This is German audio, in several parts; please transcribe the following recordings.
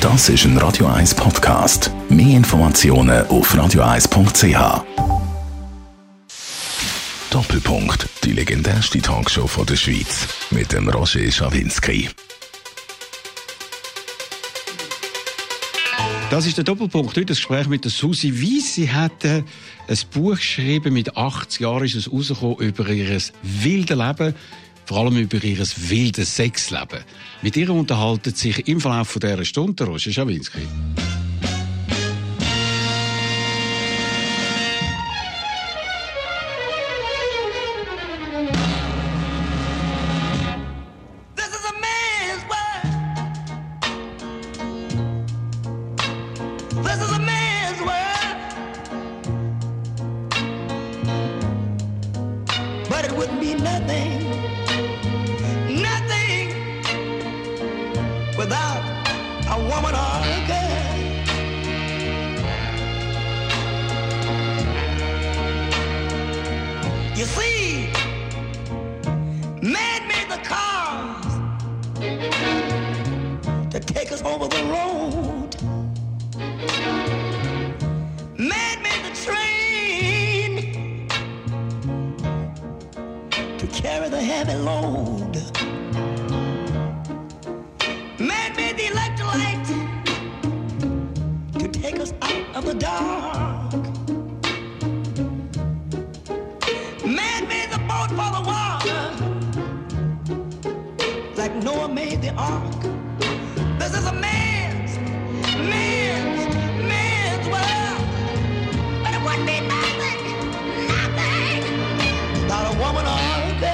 Das ist ein Radio 1 Podcast. Mehr Informationen auf radio1.ch. Doppelpunkt. Die legendärste Talkshow von der Schweiz. Mit dem Roger Schawinski. Das ist der Doppelpunkt. Heute das Gespräch mit der Susi Weiss. Sie hat äh, ein Buch geschrieben, mit 80 Jahren ist es rausgekommen, über ihr wildes Leben, vor allem über ihr wildes Sexleben. Mit ihr unterhalten sich im Verlauf von dieser Stunde Roger Schawinski. This is a man's world. This is a man's world. But it wouldn't be nothing, nothing without a woman or a girl. You see, man made the cars to take us over the road. Man made the train to carry the heavy load. Man made the electrolyte to take us out of the dark. Man made the boat for the water, like Noah made the ark. This is a man's, man's, man's world. But it wouldn't be nothing, nothing without a woman or a girl.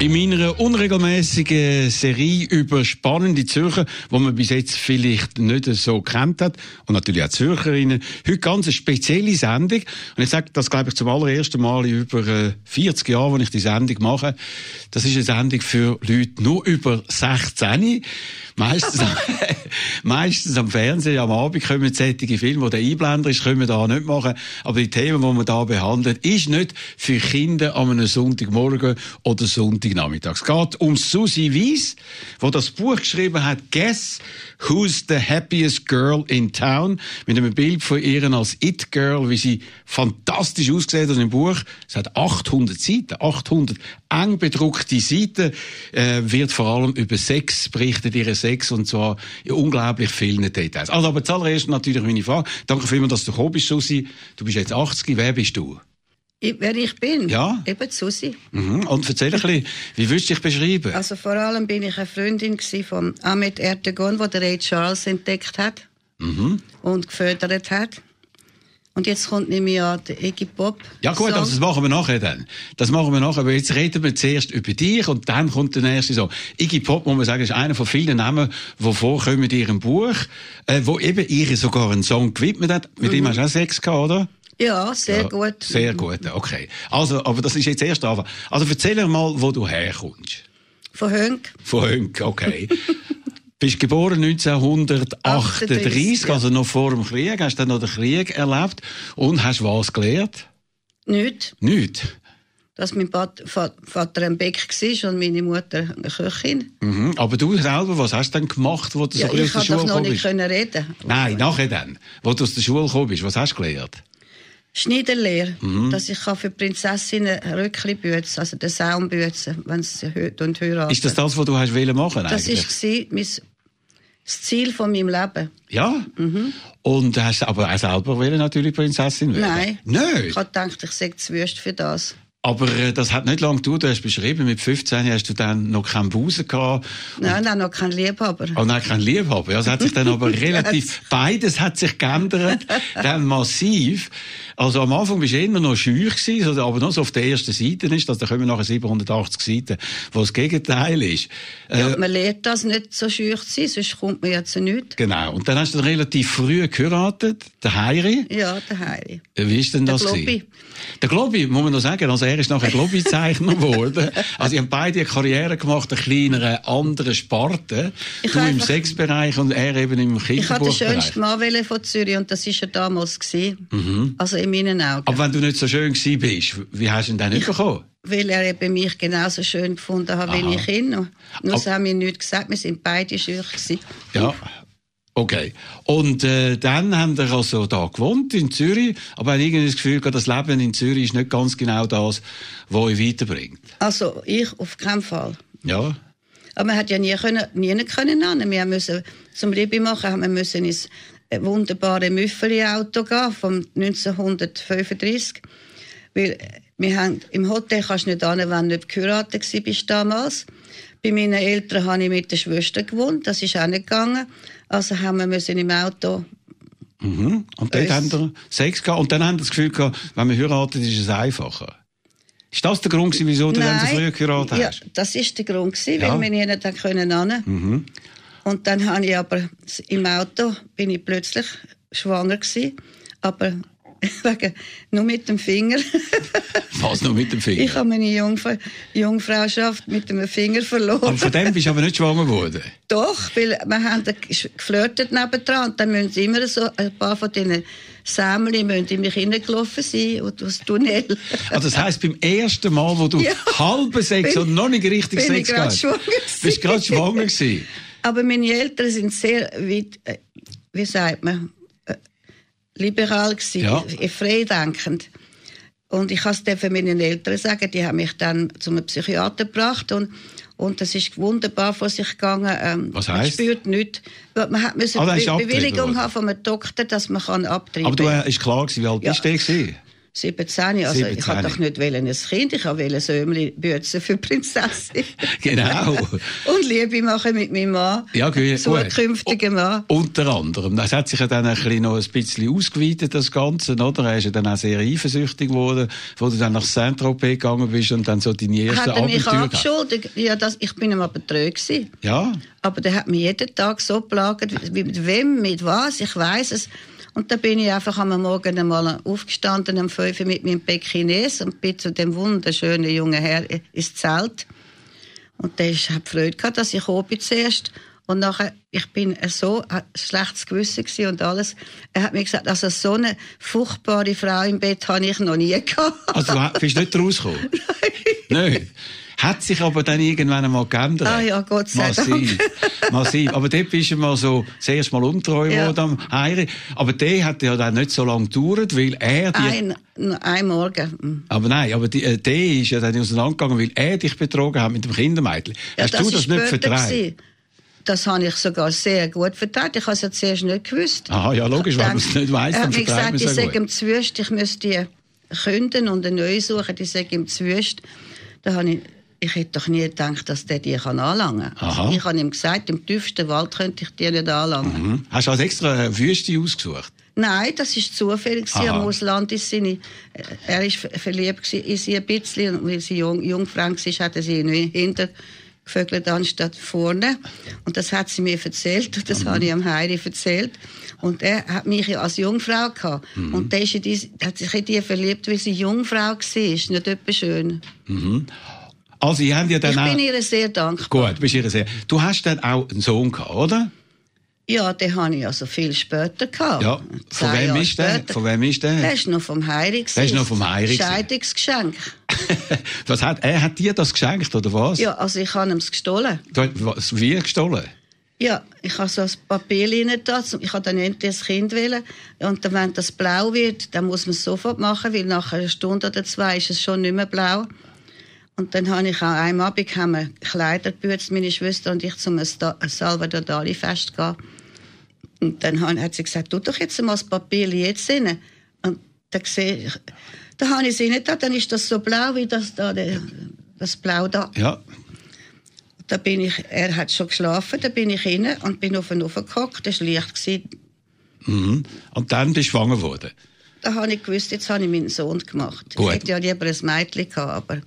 In meiner unregelmäßigen Serie über spannende Zürcher, wo man bis jetzt vielleicht nicht so kennt hat, und natürlich auch Zürcherinnen, heute ganz eine spezielle Sendung. Und ich sage das, glaube ich, zum allerersten Mal in über äh, 40 Jahren, wenn ich die Sendung mache. Das ist eine Sendung für Leute nur über 16. Meistens, am- meistens am Fernsehen, am Abend kommen solche Filme, wo der Einblender ist, können wir da nicht machen. Aber die Themen, die man da behandelt, ist nicht für Kinder an einem Sonntagmorgen oder Sonntagnachmittag. Es geht um Susi Weiss, die das Buch geschrieben hat, Guess Who's the Happiest Girl in Town? Mit einem Bild von ihr als It-Girl, wie sie fantastisch ausgesehen hat im Buch. Es hat 800 Seiten, 800 eng bedruckte Seiten, äh, wird vor allem über Sex berichtet, ihre Sex, und zwar in unglaublich vielen Details. Also, aber zuallererst natürlich meine Frage. Danke vielmals, dass du gekommen bist, Susi. Du bist jetzt 80, wer bist du? Ich, wer ich bin? Ja. Eben die Susi. Mhm. Und erzähl ein bisschen, wie würdest du dich beschreiben? Also vor allem bin ich eine Freundin gsi von Ahmed Erdogan, wo der Ray Charles entdeckt hat Mhm. und gefördert hat. Und jetzt kommt nämlich ja der Iggy Pop. Ja gut, Song. also das machen wir nachher dann. Das machen wir nachher, aber jetzt reden wir zuerst über dich und dann kommt der nächste so. Iggy Pop, muss man sagen, ist einer von vielen Namen, die vorkommen in ihrem Buch, äh, wo eben ihr sogar einen Song gewidmet hat. Mit ihm hast du auch Sex gehabt, oder? ja, sehr Ja, gut. Sehr gut, okay. Also, aber das ist jetzt erst der Anfang. Also erzähl mir mal, wo du herkommst. Von Hönk. Von Hönk, okay. Bist geboren 1938, 38, ja. also noch vor dem Krieg, hast dann noch den Krieg erlebt und hast was gelernt? Nicht, Nichts. dass mein Pat- Va- Vater ein Bäck war und meine Mutter eine Köchin. Mhm. Aber du selber, was hast du denn gemacht, wo du Ja, so ein bisschen ich aus konnte der doch Schule noch gekommen nicht bist? können reden. Nein, nachher dann. Wo du aus der Schule gekommen bist, was hast du gelernt? Schneiderlehre, Mhm. dass ich kann für Prinzessinnen Röckli büzen, also den Saum büzen, wenn sie hört und heiraten. Ist das das, was du hast wollen machen Das eigentlich? war mein das Ziel von meinem Leben. Ja? Und hast aber auch selber wollen natürlich Prinzessin werden? Nein. Nein? Ich habe gedacht, ich sei zu wüst für das. Aber äh, das hat nicht lange gedauert. Du hast beschrieben, mit 15 hast du dann noch keinen Busen gehabt. Nein, nein, noch kein Liebhaber. Und dann kein Liebhaber. Ja, es hat sich dann aber relativ, beides hat sich geändert, dann massiv. Also am Anfang bist du immer noch schüch gewesen, also aber noch so auf der ersten Seite ist das, da kommen nachher 780 Seiten, wo das Gegenteil ist. Äh, Man lernt das nicht so schüch zu sein, sonst kommt man ja zu nichts. Genau. Und dann hast du dann relativ früh geheiratet, der Heiri. Ja, der Heiri. Äh, Wie ist denn Der das? Globi. gewesen? Der Globi, muss man noch sagen, also er ist nachher Globi-Zeichner geworden. Also die haben beide eine Karriere gemacht, eine kleinere, andere Sparte. Ich du im einfach- Sexbereich und er eben im Ich hatte den Kinderbuchbereich. schönsten Mann wollen von Zürich und das war er Mhm. damals. gewesen. Also in meinen Augen. Aber wenn du nicht so schön gewesen bist, wie hast du ihn dann nicht bekommen? weil er eben mich genauso schön gefunden hat, wie Aha. ich ihn noch. Nur Ab- sie haben mir nichts gesagt, wir sind beide schüch gewesen. Ja. Okay. Und äh, dann haben wir also da gewohnt, in Zürich, aber haben irgendwie das Gefühl gehabt, das Leben in Zürich ist nicht ganz genau das, was euch weiterbringt. Also ich auf keinen Fall. Ja. Aber man hat ja nie können, nie können lernen. Wir müssen zum Liebe machen, haben wir müssen ins äh, wunderbare Müffeli-Auto gehen von 1935, weil äh, wir haben, im Hotel kannst du nicht hin, wenn du nicht geheiratet gsi bist damals. Bei meinen Eltern habe ich mit der Schwester gewohnt, das ist auch nicht gegangen. Also haben wir müssen im Auto Mhm. Und dort Es- haben wir Sex gehabt und dann haben wir das Gefühl gehabt, wenn man heiratet, ist es einfacher. Ist das der Grund, gewesen, wieso du dann so früh geheiratet ja, hast? das ist der Grund gewesen, Ja. Mhm. weil wir nie dann können ane. Und dann habe ich aber s- im Auto bin ich plötzlich schwanger gewesen, aber wegen, nur mit dem Finger. Was noch mit dem Finger? ich habe meine Jungf Jungfrauschaft mit dem Finger Aber verloren. von dem bist du aber nicht schwanger geworden. Doch, weil wir haben da gesch- geflirtet nebendran und dann müssen sie immer so ein paar von diesen Sämmeln müssen in mich hineingelaufen sein und aus dem Tunnel. Also das heisst, beim ersten Mal, wo du Ja. halben Sex Bin- und noch nicht richtig bin Sex ich grad gehabt hast, schwanger bist du gerade gewesen. schwanger gewesen. Aber meine Eltern sind sehr weit, äh, wie sagt man, äh, liberal gewesen, Ja. äh, freidenkend. Und ich has es meinen Eltern sagen, die haben mich dann zum Psychiater gebracht und, und das ist wunderbar vor sich gegangen. Ähm, Was Man heisst? spürt nichts. Weil Man hat müssen Ah, dann ist Be abgetrieben Bewilligung worden. haben von einem Doktor, dass man kann abtreiben Aber du kann. äh, ist klar gewesen, wie alt Ja. bist du denn gewesen? 17, also ich 17. habe doch nicht wollen, ein Kind, ich wollte ein Sömli bützen für die Prinzessin. Genau. und Liebe machen mit meinem Mann, Ja, gut. zukünftigen Mann. Unter anderem. Das hat sich ja dann ein bisschen noch ein bisschen ausgeweitet, das Ganze, oder? Er ist ja dann auch sehr eifersüchtig geworden, wo du dann nach Saint-Tropez gegangen bist und dann so deine ersten hat er mich Abenteuer gehabt. angeschuldigt. Ja, das, ich bin ihm aber treu gewesen. Ja, Aber der hat mich jeden Tag so plagt, wie- mit wem, mit was, ich weiß es. Und da bin ich einfach am Morgen einmal aufgestanden, um fünf Uhr mit meinem Pekines und bin zu dem wunderschönen jungen Herr ins Zelt. Und der ist- hat Freude gehabt, dass ich gekommen bin zuerst. Und nachher, ich bin so ein schlechtes Gewissen gewesen und alles. Er hat mir gesagt, also so eine furchtbare Frau im Bett habe ich noch nie gehabt. also du ha- bist nicht rausgekommen? Nein. Nein. Hat sich aber dann irgendwann einmal geändert. Ah ja, Gott sei Dank. Massiv. Massiv. Aber dort bist du mal so das erste Mal untreu Ja. geworden am Heiraten. Aber der hat ja dann nicht so lange gedauert, weil er die Ein, ein Morgen. mm. Aber nein, aber die, äh, der ist ja dann auseinandergegangen, weil er dich betrogen hat mit dem Kindermädchen. Hast du das ist nicht später vertraut? gewesen. Das habe ich sogar sehr gut vertraut. Ich habe es ja zuerst nicht gewusst. Aha, ja, logisch, wenn man es nicht weiss, er dann hat mir vertraut gesagt, man ich es ja sage gut. ihm zuerst, ich müsste die künden und eine neue suchen. Ich sage ihm zuerst. Da habe ich, ich hätte doch nie gedacht, dass der die kann anlangen kann. Aha. ich habe ihm gesagt, im tiefsten Wald könnte ich die nicht anlangen. Hm? Hast du als extra eine Wüste ausgesucht? Nein, das ist Zufall. Aha. Aha. Am Ausland ist seine, äh, er ist ver- verliebt gsi in sie ein bisschen. Und weil sie jung, jungfrau war, hat er sie nicht hintergevögelt anstatt vorne. Und das hat sie mir erzählt. Und Mhm. das habe ich am Heiri erzählt. Und er hat mich ja als Jungfrau gehabt. Mhm. Und der ist in diese, hat sich in die verliebt, weil sie Jungfrau war. Nicht etwa schön. Also, ihr habt ja dann ich auch... bin ihr sehr dankbar. Gut, bist ihr sehr... Du hast dann auch einen Sohn gehabt, oder? Ja, den habe ich also viel später gehabt. Ja. Von Zwei wem Jahre ist der? später. Von wem ist der? Der ist noch vom Heiri. Der ist noch vom Heiri gewesen. Scheidungsgeschenk. Was hat, er hat dir das geschenkt, oder was? Ja, also ich habe ihm es gestohlen. Du hast was, wie gestohlen? Ja, ich habe so ein Papier rein da, zum- ich habe dann endlich ein Kind wählen. Und dann, wenn das blau wird, dann muss man es sofort machen, weil nach einer Stunde oder zwei ist es schon nicht mehr blau. Und dann habe ich auch am Abend haben wir Kleider gebürzt, meine Schwester und ich, zum Sta- Salvador Dali Fest zu gehen. Und dann han- hat sie gesagt, tu doch jetzt mal das Papier jetzt rein. Und dann sehe ich, da habe ich es rein da, dann ist das so blau wie das da, der- das Blau da. Ja. Da bin ich, er hat schon geschlafen, da bin ich rein und bin auf ihn hochgehockt, das war leicht. gewesen. Mhm. Und dann bist du schwanger geworden. Da habe ich gewusst, jetzt habe ich meinen Sohn gemacht. Gut. Ich hätte ja lieber ein Mädchen gehabt, aber...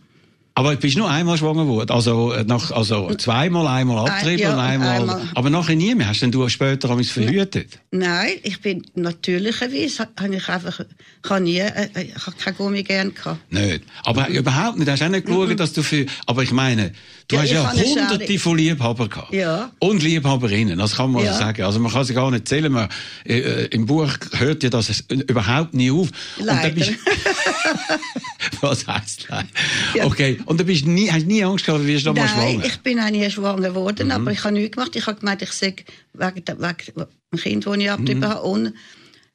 Aber du bist nur einmal schwanger geworden. Also, äh, nach, also zweimal, einmal Ein- abgetrieben ja, und und einmal, einmal- Aber nachher nie mehr. Hast denn du später einmal verhütet? Nein, ich bin natürlicherweise, ha- habe ich einfach, ich habe nie, äh, äh, ich habe kein Gummi gern gehabt. Mhm. Nicht. Aber überhaupt nicht. Hast auch nicht geschaut, dass du für. Aber ich meine, Du Ja, hast ich ja kann eine Schale- hunderte von Liebhaber gehabt. Ja. Und Liebhaberinnen, das kann man Ja. so sagen. Also man kann sie gar nicht zählen. Man, äh, im Buch hört ja das überhaupt nie auf. Und Leider. dann bist, was heisst leider? Ja. Okay, und dann bist du nie, hast du nie Angst gehabt, du wirst noch mal Nein, schwanger. Mhm. ich bin auch nie schwanger geworden, aber ich habe nichts gemacht. Ich habe gemeint, ich sei wegen, der- wegen dem Kind, das ich abgetrieben habe,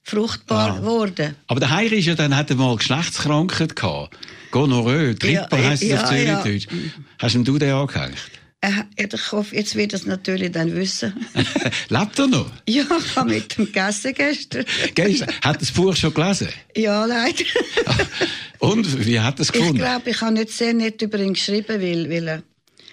unfruchtbar Mhm. Ah. geworden. Aber der Heiri ist ja dann, hat er mal Geschlechtskrankheit gehabt. Gonorrhoe, Tripper Ja, heisst es auf ja, ja. Zürichdeutsch. Hast ihm du den angehängt? Äh, Ich hoffe, jetzt wird er es natürlich dann wissen. Lebt er noch? ja, ich habe mit dem gegessen gestern. Gehst, hat das Buch schon gelesen? Ja, leider. Und wie hat er es ich gefunden? glaube, ich habe nicht sehr nett über ihn geschrieben, weil, weil er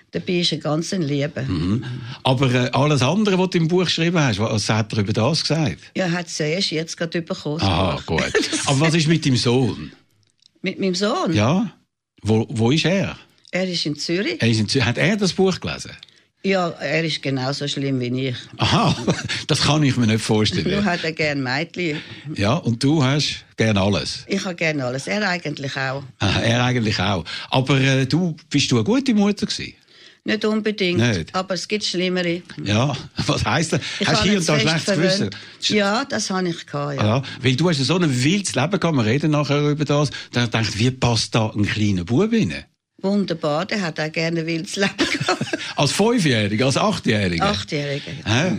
dabei ist ein ganz ein Lieber. Mhm. Aber äh, alles andere, was du im Buch geschrieben hast, was hat er über das gesagt? Ja, er hat es ja erst jetzt gerade bekommen. Aha, gut. Aber was ist mit dem Sohn? Mit meinem Sohn. Ja? Wo, wo ist er? Er ist in Zürich. er ist in Zü- hat er das Buch gelesen? Ja, er ist genauso schlimm wie ich. Aha, das kann ich mir nicht Nur vorstellen. hat er gerne Mädchen. Ja, und du hast gern alles. Ich habe gerne alles. Er eigentlich auch. Ah, Er eigentlich auch. Aber äh, du, bist du eine gute Mutter gewesen? Nicht unbedingt, Nicht? aber es gibt Schlimmere. Ja, was heisst das? Hm. Ich hast habe hier ihn und da zu fest schlechtes Gewissen? verwöhnt. Ja, das habe ich gehabt, ja. Ja, weil du hast ja so ein wildes Leben gehabt, wir reden nachher über das. Dann denkt, wie passt da ein kleiner Bub rein? Wunderbar, der hat auch gerne wildes Leben gehabt. Als Fünfjähriger, als Achtjähriger. Achtjährige. Hä?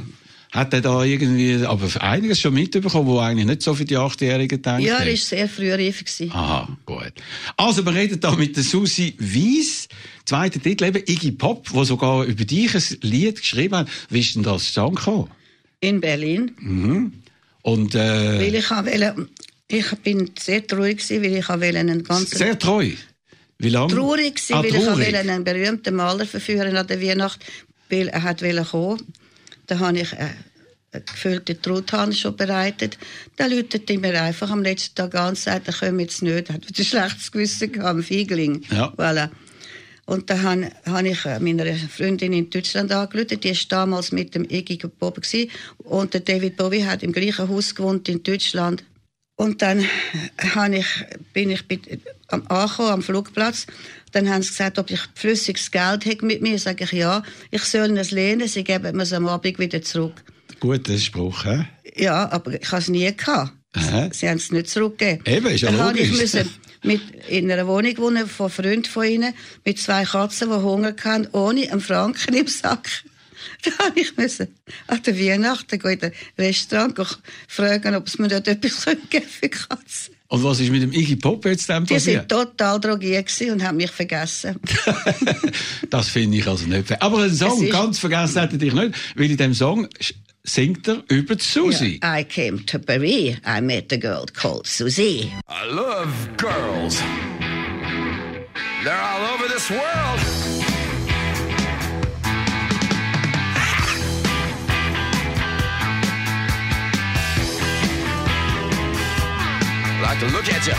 Hat er da irgendwie, aber einiges schon mitbekommen, wo eigentlich nicht so für die Achtjährigen denkt? Ja, er war sehr früh reif. gewesen. Aha, gut. Also, wir reden da mit der Susi Weiss. Zweiter Titel eben, Iggy Pop, wo sogar über dich ein Lied geschrieben hat. Wie ist denn das zustande gekommen? In Berlin. Und, Weil äh, ich, auch wollte, ich bin sehr traurig, gewesen, weil ich auch wollte einen ganzen sehr treu. Wie lange? traurig gewesen, Ah, weil ich auch traurig. wollte einen berühmten Maler verführen an der Weihnacht, weil er hat wollte kommen. Da habe ich äh, eine gefüllte Truthahn schon bereitet. Da läutete mir einfach am letzten Tag an und sagt, er komme jetzt nicht. Er hat wieder ein schlechtes Gewissen gehabt, am Feigling. Ja. Voilà. Und da han- han ich äh, meiner Freundin in Deutschland angerufen. Die war damals mit dem Iggy Pop. gsi. Und der David Bowie hat im gleichen Haus gewohnt in Deutschland. Und dann äh, han ich, bin ich bei, äh, am, angekommen, am Flugplatz. Dann haben sie gesagt, ob ich flüssiges Geld hätte mit mir. Sag ich ja. Ich soll es lehnen, sie geben mir es am Abend wieder zurück. Guter Spruch, hä? Ja, aber ich habe es nie gehabt. Aha. Sie haben es nicht zurückgegeben. Eben, ist ja Dann habe ich logisch. müssen mit in einer Wohnung wohnen von Freunden von ihnen, mit zwei Katzen, die Hunger hatten, ohne einen Franken im Sack. Da habe ich müssen an der Weihnachten gehen, in den Restaurant gehen, fragen, ob es mir nicht etwas geben können für die Katzen. Und was ist mit dem Iggy Pop jetzt dann Die sind passiert? total drogiert gewesen und haben mich vergessen. das finde ich also nicht fair. Aber einen Song, Es ist- ganz vergessen hätte ich nicht, weil in dem Song sch- singt er über die Susi. Ja, I came to Paris. I met a girl called Susie. I love girls. They're all over this world. Like to look at you.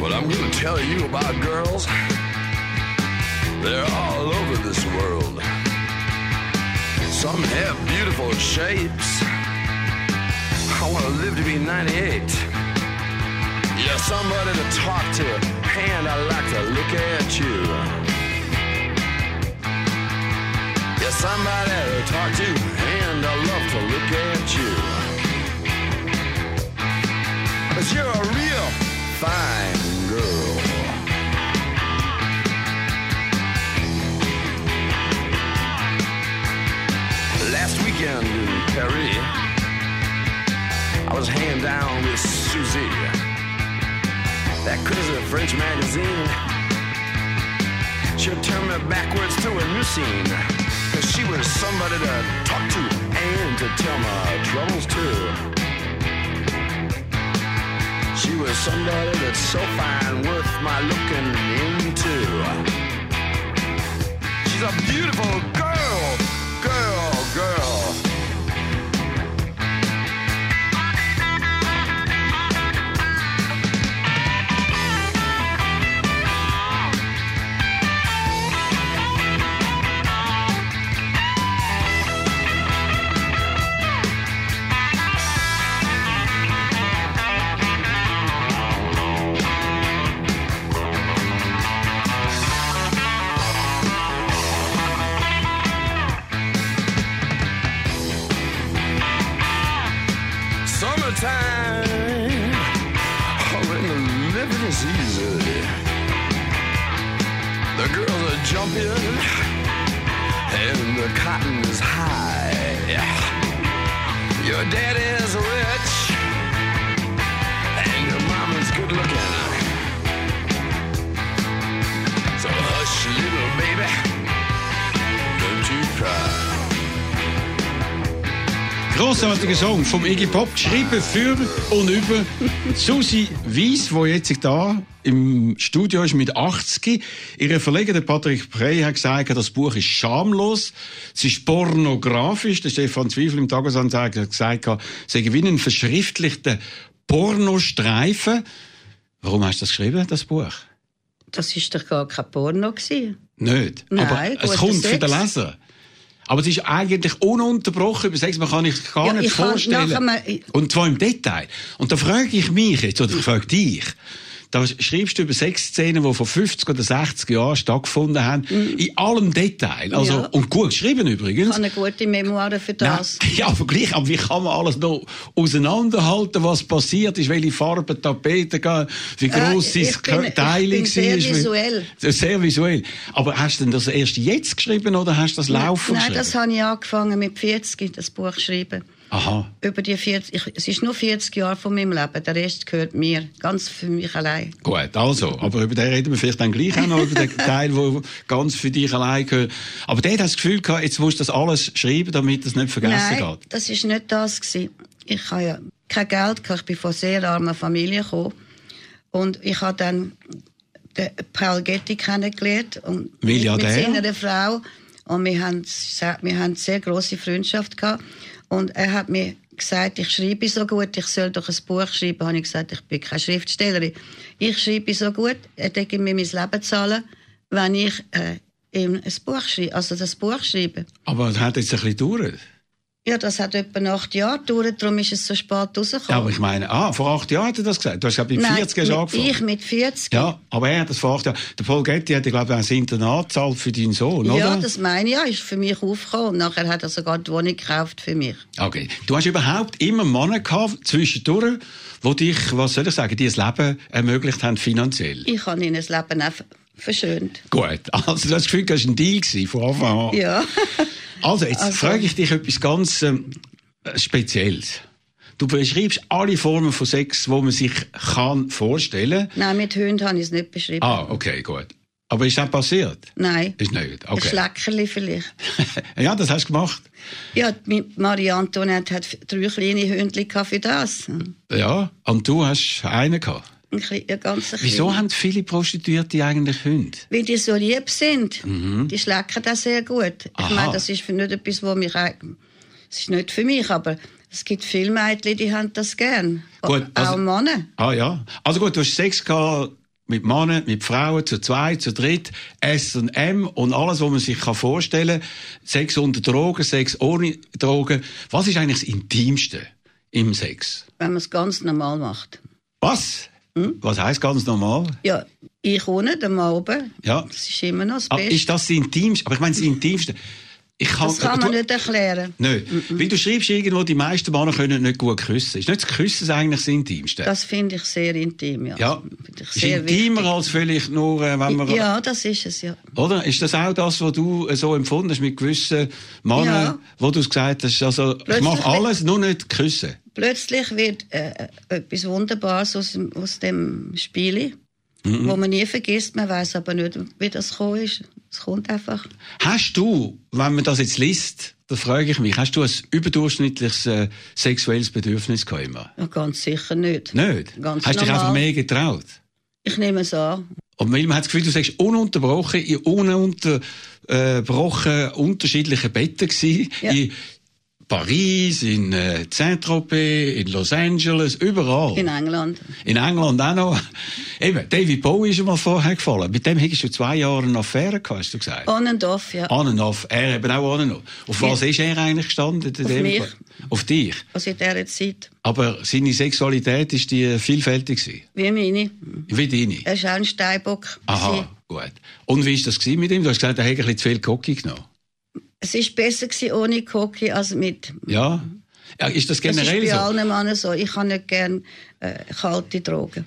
Well, I'm gonna tell you about girls. They're all over this world. Some have beautiful shapes. I wanna live to be 98. You're somebody to talk to, and I like to look at you. You're somebody to talk to, and I love to look at you. Cause you're a real fine girl. Last weekend in Paris, I was hanging down with Susie. That crazy French magazine. She'll turn me backwards to a new scene. Cause she was somebody to talk to and to tell my troubles to. She was somebody that's so fine, worth my looking into. She's a beautiful girl, girl, girl. Oh, cotton's high. Your dad is rich, and your mama's good looking. So hush, little baby, don't you cry. Grossartiger Song vom Iggy Pop, geschrieben für und über Susi Weiss, die jetzt da im Studio ist mit 80. Ihre Verleger, der Patrick Prey, hat gesagt, das Buch ist schamlos, es ist pornografisch. Der Stefan Zwiefel im Tagesanzeiger hat gesagt, sie gewinnen einen verschriftlichten Pornostreifen. Warum hast du das geschrieben, das Buch? Das war doch gar kein Porno. Gewesen. Nicht. Nein, Aber es guter kommt für den Sex. Leser. Aber es ist eigentlich ununterbrochen über Sex. Man kann sich gar Ja, nicht ich kann vorstellen. nachher mal- ich- Und zwar im Detail. Und da frage ich mich jetzt, oder ich frage dich, da schreibst du über Sexszenen, die vor 50 oder 60 Jahren stattgefunden haben, in allem Detail. Also, Mhm. Ja. Und gut geschrieben Ich übrigens. habe eine gute Memoire für Nein, das. Ja, aber gleich, aber wie kann man alles noch auseinanderhalten, was passiert ist, welche Farben Tapeten gehen, wie Äh, gross ich das bin- Kö- ich Teil bin war. sehr wie- visuell. Sehr visuell. Aber hast du denn das erst jetzt geschrieben oder hast du das laufen Nein, das geschrieben? habe ich angefangen mit 40, das Buch schreiben. Aha. Über die 40, ich, es ist nur 40 Jahre von meinem Leben, der Rest gehört mir, ganz für mich allein. Gut, also, aber über den reden wir vielleicht dann gleich auch noch, über den Teil, der ganz für dich allein gehört. Aber dort hast du das Gefühl gehabt, jetzt musst du das alles schreiben, damit das nicht vergessen Nein, geht. das ist nicht das gewesen. Ich habe ja kein Geld gehabt. Ich bin von sehr armer Familie gekommen. und ich habe dann den Paul Getty kennengelernt und mit, Milliardär. mit seiner Frau und wir haben se- wir haben sehr große Freundschaft gehabt und er hat mir gesagt, ich schreibe so gut, ich soll doch ein Buch schreiben. Habe ich gesagt, ich bin keine Schriftstellerin. Ich schreibe so gut, er denke mir mein Leben zahlen, wenn ich äh, ihm ein Buch schreibe, also das Buch schreibe. Aber es hat jetzt ein bisschen gedauert. Ja, das hat etwa acht Jahre gedauert, darum ist es so spät Ja, aber rausgekommen. ich meine, ah, vor acht Jahren hat er das gesagt. Du hast, glaube ich, mit 40 hast du mit- angefangen. Ich mit 40? Ja, aber er hat das vor acht Jahren. Der Paul Getty hat, glaube ich, auch ein Internat gezahlt für deinen Sohn, Ja, oder? das meine ich, ja, ist für mich aufgekommen. Und nachher hat er sogar die Wohnung gekauft für mich. Okay. Du hast überhaupt immer Männer gehabt, zwischendurch, die dich, was soll ich sagen, dir das Leben ermöglicht haben finanziell. Ich habe ihnen das Leben auch verschönt. Gut. Also, du hast das Gefühl, das war ein Deal gewesen, von Anfang an. Ja. Also, jetzt Also- frage ich dich etwas ganz ähm, Spezielles. Du beschreibst alle Formen von Sex, die man sich kann vorstellen kann. Nein, mit Hunden habe ich es nicht beschrieben. Ah, okay, gut. Aber ist das passiert? Nein. Ist nicht. Ein Okay. Schleckerli vielleicht. ja, das hast du gemacht. Ja, die Marie Antoinette hat drei kleine Hündchen gehabt für das. Ein Ja, und du hast einen gehabt. kle- ein ganzer Wieso kleiner. haben viele Prostituierte eigentlich Hunde? Weil die so lieb sind. Die schlecken das sehr gut. Ich Mhm. Aha. meine, das ist für nicht etwas, wo mich... eig- Es ist nicht für mich, aber es gibt viele Mädchen, die haben das gern. Gut, also- Auch Männer. Ah ja. Also gut, du hast Sex gehabt mit Männern, mit Frauen, zu zweit, zu dritt, S&M und alles, was man sich kann vorstellen kann. Sex unter Drogen, Sex ohne Drogen. Was ist eigentlich das Intimste im Sex? Wenn man es ganz normal macht. Was? Hm? Was heißt ganz normal? Ja, ich ohne, der Mann oben. Ja. Das ist immer noch das Ah, Beste. ist das das Intimste? Aber ich meine, das Intimste. Ich kann, das kann du, man nicht erklären. Nein, weil du schreibst irgendwo, die meisten Männer können nicht gut küssen. Ist nicht das Küssen eigentlich das Intimste? Das finde ich sehr intim, ja. ja. Finde ich Ist sehr intimer als vielleicht nur, äh, wenn man... wichtig. Ja, das ist es, ja. Oder? Ist das auch das, was du äh, so empfunden hast mit gewissen Männern, Ja. wo du es gesagt hast, also ich Plötzlich mache wird- alles, nur nicht küssen? Plötzlich wird äh, etwas Wunderbares aus, dem- aus dem Spiel, Mhm. wo man nie vergisst. Man weiß aber nicht, wie das gekommen ist. Es kommt einfach. Hast du, wenn man das jetzt liest, das frage ich mich, hast du ein überdurchschnittliches äh, sexuelles Bedürfnis gehabt immer? Ja, ganz sicher nicht. Nicht? Ganz hast du dich normal. einfach mehr getraut? Ich nehme es an. Und weil man hat das Gefühl, du sagst ununterbrochen, in eh, ununterbrochen unterschiedlichen Betten gewesen. Ja. In Paris, in äh, Saint-Tropez, in Los Angeles, überall. In England. In England auch noch. Eben, David Bowie ist mal vorher gefallen. Mit dem hättest du zwei Jahre eine Affäre gehabt, hast du gesagt. On and off, ja. On and off. Eh, Er eben auch nou on and off. Auf Oh. Ja. was ist er eigentlich gestanden? der Auf David mich. Bowie? Auf dich. Also in dieser Zeit. Aber seine Sexualität ist die eh, vielfältig gewesen. Wie meine. Wie deine. Er war auch ein Steinbock. Aha, gut. Und wie ist das gewesen mit ihm? Du hast gesagt, er hätte ein bisschen zu viel Cocky genommen. Es war besser gewesen ohne Koki als mit. Ja? ja ist das Das ist generell bei so? allen Männern so. Ich habe nicht gerne äh, kalte Drogen.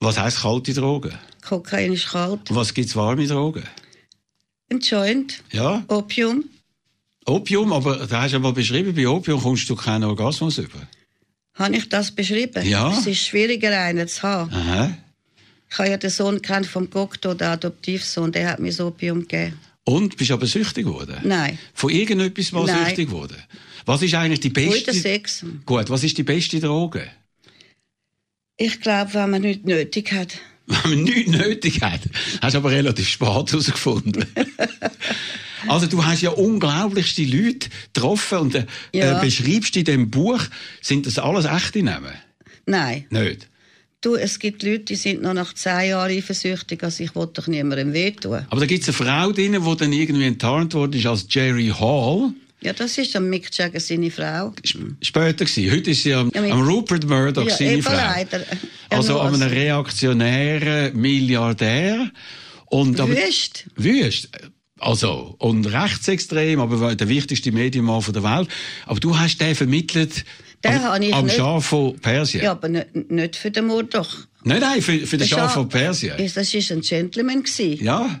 Was heisst kalte Drogen? Kokain ist kalt. Und was gibt's warme Drogen? Ein Joint, Ja? Opium, Opium, aber da hast du ja mal beschrieben, bei Opium kommst du keinen Orgasmus über. Habe ich das beschrieben? Ja. Es ist schwieriger, einen zu haben. Aha. Ich habe ja den Sohn kennt vom Gokto, den Adoptivsohn, der hat mir das Opium gegeben. Und bist aber süchtig geworden? Nein. Von irgendetwas mal Nein. süchtig geworden? Was ist eigentlich die beste... Guter Sex. Gut, was ist die beste Droge? Ich glaube, wenn man nichts nötig hat. Wenn man nichts nötig hat. Hast du aber relativ spät herausgefunden. also du hast ja unglaublichste Leute getroffen und äh, Ja. äh, beschreibst in diesem Buch, sind das alles echte Namen? Nein. Nicht? Du, es gibt Leute, die sind noch nach zehn Jahren eifersüchtig, also ich will doch niemandem wehtun. Aber da gibt es eine Frau drin, die dann irgendwie enttarnt worden ist als Jerry Hall. Ja, das ist am Mick Jagger seine Frau. Sp- Später gewesen. Heute ist sie am, Ja, mit- am eh, Rupert Murdoch, Ja, eh, seine eben Frau. leider. Er Also an muss. einem reaktionären Milliardär. Und aber- Wüst. Wüst. Also, und rechtsextrem, aber der wichtigste Medienmann von der Welt. Aber du hast den vermittelt Den am, habe ich am nicht. Schah von Persien. Ja, aber nicht, nicht für den Mord doch. Nein, nein, für, für den Schah Schah- von Persien. Ist- Das war ein Gentleman. Gewesen. Ja,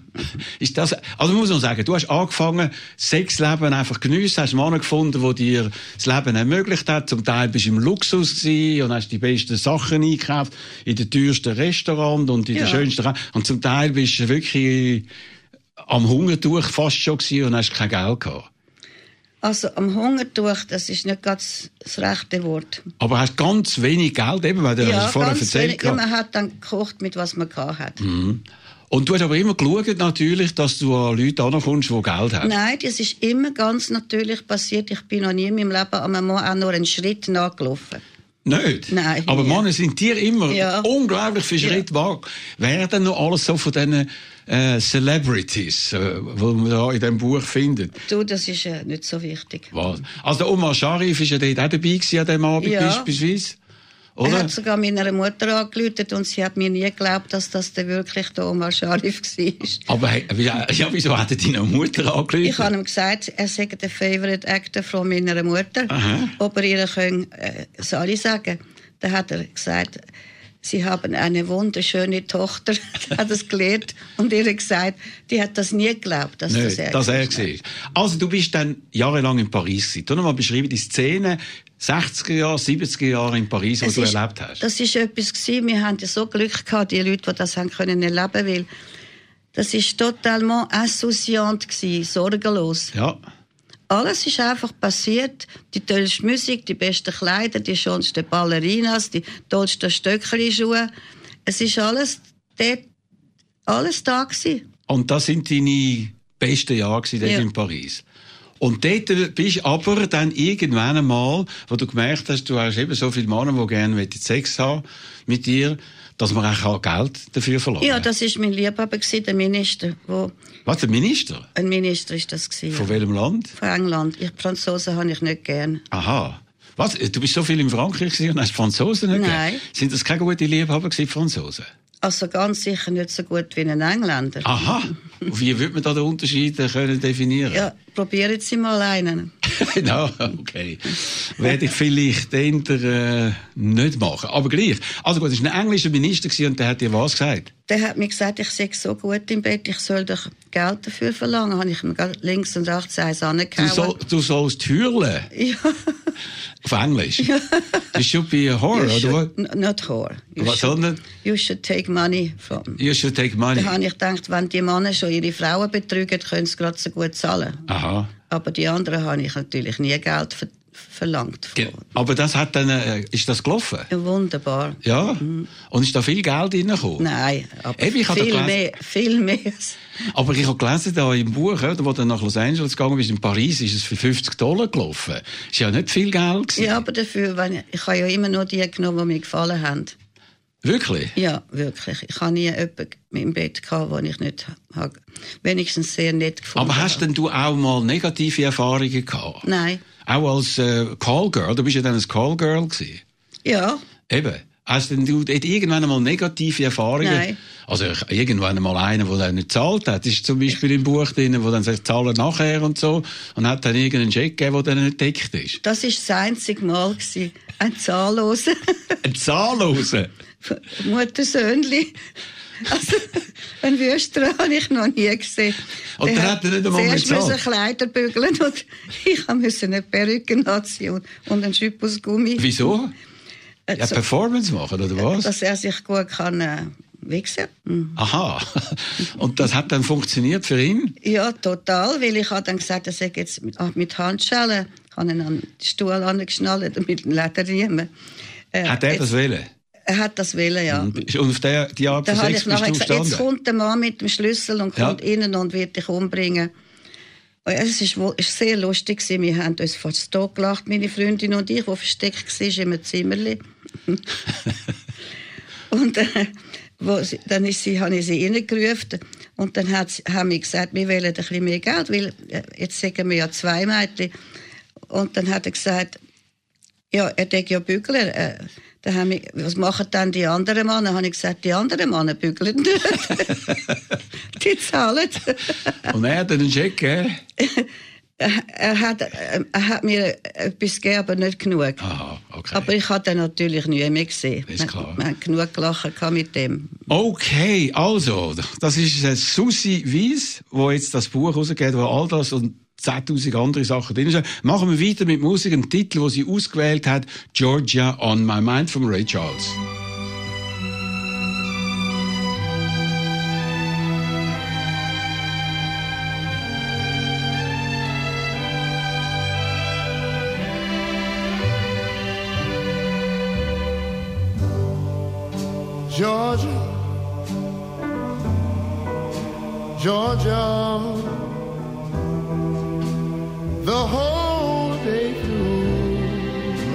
ist das, also muss man sagen, du hast angefangen, Sexleben einfach geniessen, hast einen Mann gefunden, der dir das Leben ermöglicht hat. Zum Teil bist du im Luxus gewesen und hast die besten Sachen eingekauft, in den teuersten Restaurant und in den Ja. schönsten, Ra- und zum Teil bist du wirklich am Hungertuch fast schon gewesen und hast kein Geld gehabt. Also am Hungertuch, das ist nicht ganz das rechte Wort. Aber hast ganz wenig Geld, eben, weil du hast es vorher erzählt Mhm. wenig. ja, hast. man hat dann gekocht, mit was man gehabt hat. Und du hast aber immer geschaut, natürlich, dass du an Leute ankommst, die Geld haben. Nein, das ist immer ganz natürlich passiert. Ich bin noch nie in meinem Leben an einem Mann auch nur einen Schritt nachgelaufen. Nicht? Nein, Aber nie. Männer sind dir immer Ja. unglaublich viel Schritt wach. Wer denn noch alles so von diesen äh, Celebrities, äh, die man da in diesem Buch findet? Du, das ist äh, nicht so wichtig. Was? Also der Omar Sharif war ja dort auch dabei gewesen an diesem Abend Ja. beispielsweise. Er Oder? hat sogar meiner Mutter angelütet und sie hat mir nie geglaubt, dass das der wirklich der Omar Sharif war. Aber hey, ja, ja, wieso hat er deine Mutter Ich habe angerufen? ihm gesagt, er sei der Favorite Actor von meiner Mutter, Aha. ob er ihr können, äh, das alle sagen Dann hat er gesagt, sie haben eine wunderschöne Tochter, hat es gelehrt und ihr gesagt, die hat das nie geglaubt, dass Nicht, das er dass er ist. war. Also du bist dann jahrelang in Paris gewesen. Tu noch mal beschreiben die Szene 60er Jahre, 70er Jahre in Paris, die Es du ist- erlebt hast. Das ist etwas gewesen. Wir haben ja so Glück gehabt, die Leute, die das haben können erleben, weil das ist totalement insouciant gewesen, sorgenlos. ja. Alles ist einfach passiert. Die tollste Musik, die besten Kleider, die schönsten Ballerinas, die tollsten Stöckli-Schuhe. Es ist alles dort, alles da gewesen. Und das sind deine besten Jahre gewesen, dort Ja. in Paris. Und dort bist du aber dann irgendwann einmal, wo du gemerkt hast, du hast eben so viele Männer, die gerne möchten Sex haben mit dir, dass man auch kann Geld dafür verlangen Ja, das ist mein Liebhaber gewesen, der Minister. Wo, Was, der Minister? ein Minister ist das gewesen. Von welchem Land? Von England. Ich, die Franzosen habe ich nicht gern. Aha. Was, du bist so viel in Frankreich gewesen und hast die Franzosen nicht Nein. gern? Sind das keine gute Liebhaber gewesen, die Franzosen? Also ganz sicher nicht so gut wie ein Engländer. Aha. Und Wie würde man da den Unterschied äh, können definieren? Ja, probieren Sie mal einen. genau, okay. Werde ich vielleicht eher äh, nicht machen. Aber gleich. Also gut, es war ein englischer Minister gewesen und der hat dir was gesagt. Der hat mir gesagt, ich sei so gut im Bett, ich soll doch Geld dafür verlangen. Habe ich mir gerade links und rechts eins Du, angehauen. soll, du sollst heulen. Ja. Auf Englisch. you should be a whore, You oder was? should- n- Not whore. You Was, should- sondern? You should take money from. You should take money. Da habe ich gedacht, wenn die Männer schon ihre Frauen betrügen, können sie gerade so gut zahlen. Aha. Aber die anderen habe ich natürlich nie Geld ver verlangt. Ge- von. Aber das hat dann, äh, ist das gelaufen? Wunderbar. Ja. Und ist da viel Geld reingekommen? Mhm. Nein, aber Eben, ich habe viel, doch gelesen- mehr, viel mehr. Aber ich habe gelesen da im Buch, oder, wo du nach Los Angeles gegangen bist, in Paris, ist es für 50 Dollar gelaufen. Ist ja nicht viel Geld gewesen. Ja, aber dafür, wenn ich, ich habe ja immer nur die genommen, die mir gefallen haben. Wirklich? Ja, wirklich. Ich habe nie jemanden im Bett gehabt, den ich nicht habe. Wenigstens sehr nett gefunden. Aber hast habe. denn du auch mal negative Erfahrungen gehabt? Nein. Auch als äh, Callgirl, du bist ja dann ein Callgirl gewesen. Ja, Eben. Hast denn du dort irgendwann mal negative Erfahrungen? Nein. Also ich, irgendwann mal einer, der dann nicht gezahlt hat. Das ist zum Beispiel im Buch drin, wo dann sagt, zahle nachher und so. Und hat dann irgendeinen Scheck gegeben, der dann nicht deckt ist. das war das einzige Mal. Gewesen. Ein Zahlloser. Ein Zahlloser. Muttersöhnli. Also, einen Wüster habe ich noch nie gesehen. Und der hat er nicht einmal Zuerst bezahlt? müssen Kleider bügeln und ich musste eine Perücke anziehen und- und einen Schüpp aus Gummi. Wieso? Äh, Ja, so, Performance machen, oder was? dass er sich gut kann äh, wichsen. Mhm. Aha. Und das hat dann funktioniert für ihn? Ja, total, weil ich habe dann gesagt, dass ich jetzt mit, ah, mit Handschellen, ich habe ihn an den Stuhl angeschnallt und mit dem Lederriemen. Äh, Hat er das Mhm. wollen? jetzt- Er hat das wollen, ja. Und auf der, die Art Da von habe Sex ich bist nachher du gesagt, jetzt gestanden? kommt der Mann mit dem Schlüssel und Ja. kommt innen und wird dich umbringen. Und Es ist, wo- ist sehr lustig gewesen. Wir haben uns fast tot gelacht, meine Freundin und ich, wo versteckt war im Zimmerli. und äh, wo sie, dann ist sie, habe ich sie reingerufen und dann hat, sie- haben wir gesagt, wir wollen ein bisschen mehr Geld, weil äh, jetzt sagen wir ja zwei Mädchen. Und dann hat er gesagt, ja, er denkt ja bügeln. Äh, dann haben wir, was machen dann die anderen Männer? Dann habe ich gesagt, die anderen Männer bügeln nicht. die zahlen. Und er hat einen Check gegeben? er, hat, äh, er hat mir etwas gegeben, aber nicht genug. Aha, Ah, okay. Aber ich hatte ihn natürlich nie mehr gesehen. Ist klar. Wir, wir haben genug gelacht gehabt mit dem. Okay, also, das ist äh, Susi Wies, wo jetzt das Buch rausgeht, wo all das und 10.000 andere Sachen drin sind. Machen wir weiter mit Musik, dem Titel, wo sie ausgewählt hat, Georgia on My Mind von Ray Charles. Georgia, Georgia, the whole day through.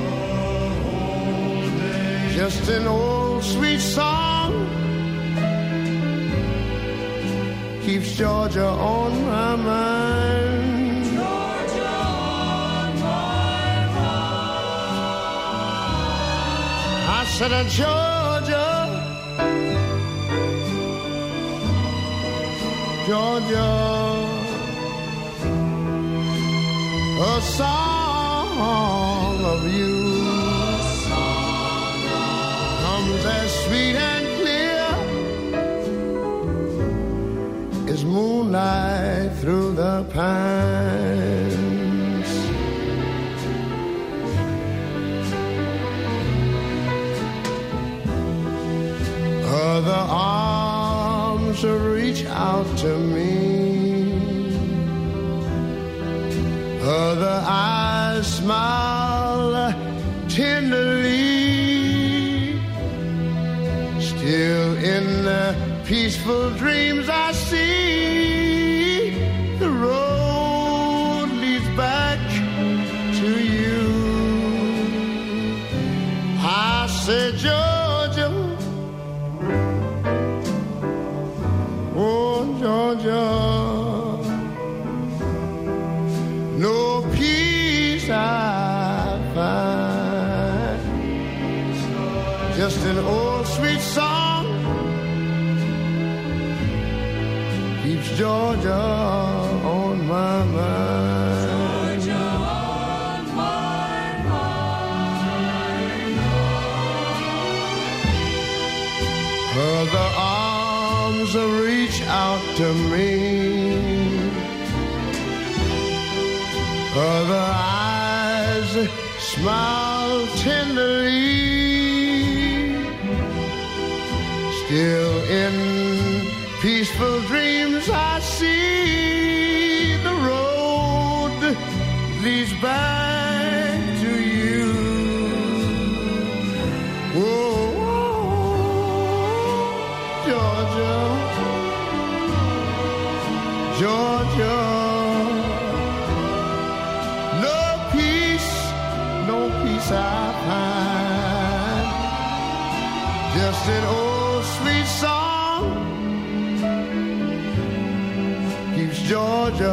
Just an old sweet song keeps Georgia on my mind. Georgia on my mind. I said, "Uh, Georgia. Georgia. A song of you comes as sweet and clear as moonlight through the pines. Other arms reach out to me. Other eyes smile tenderly. Still in the peaceful dreams I see. The road leads back to you. I say, Georgia. Oh, Georgia, no peace I find. Just an old sweet song keeps Georgia on my mind. Georgia Other arms reach out to me. Other eyes smile tenderly. Still in peaceful dreams I see the road leads back to you. Oh, Georgia, Georgia, no peace, no peace I find. Just an old sweet song keeps Georgia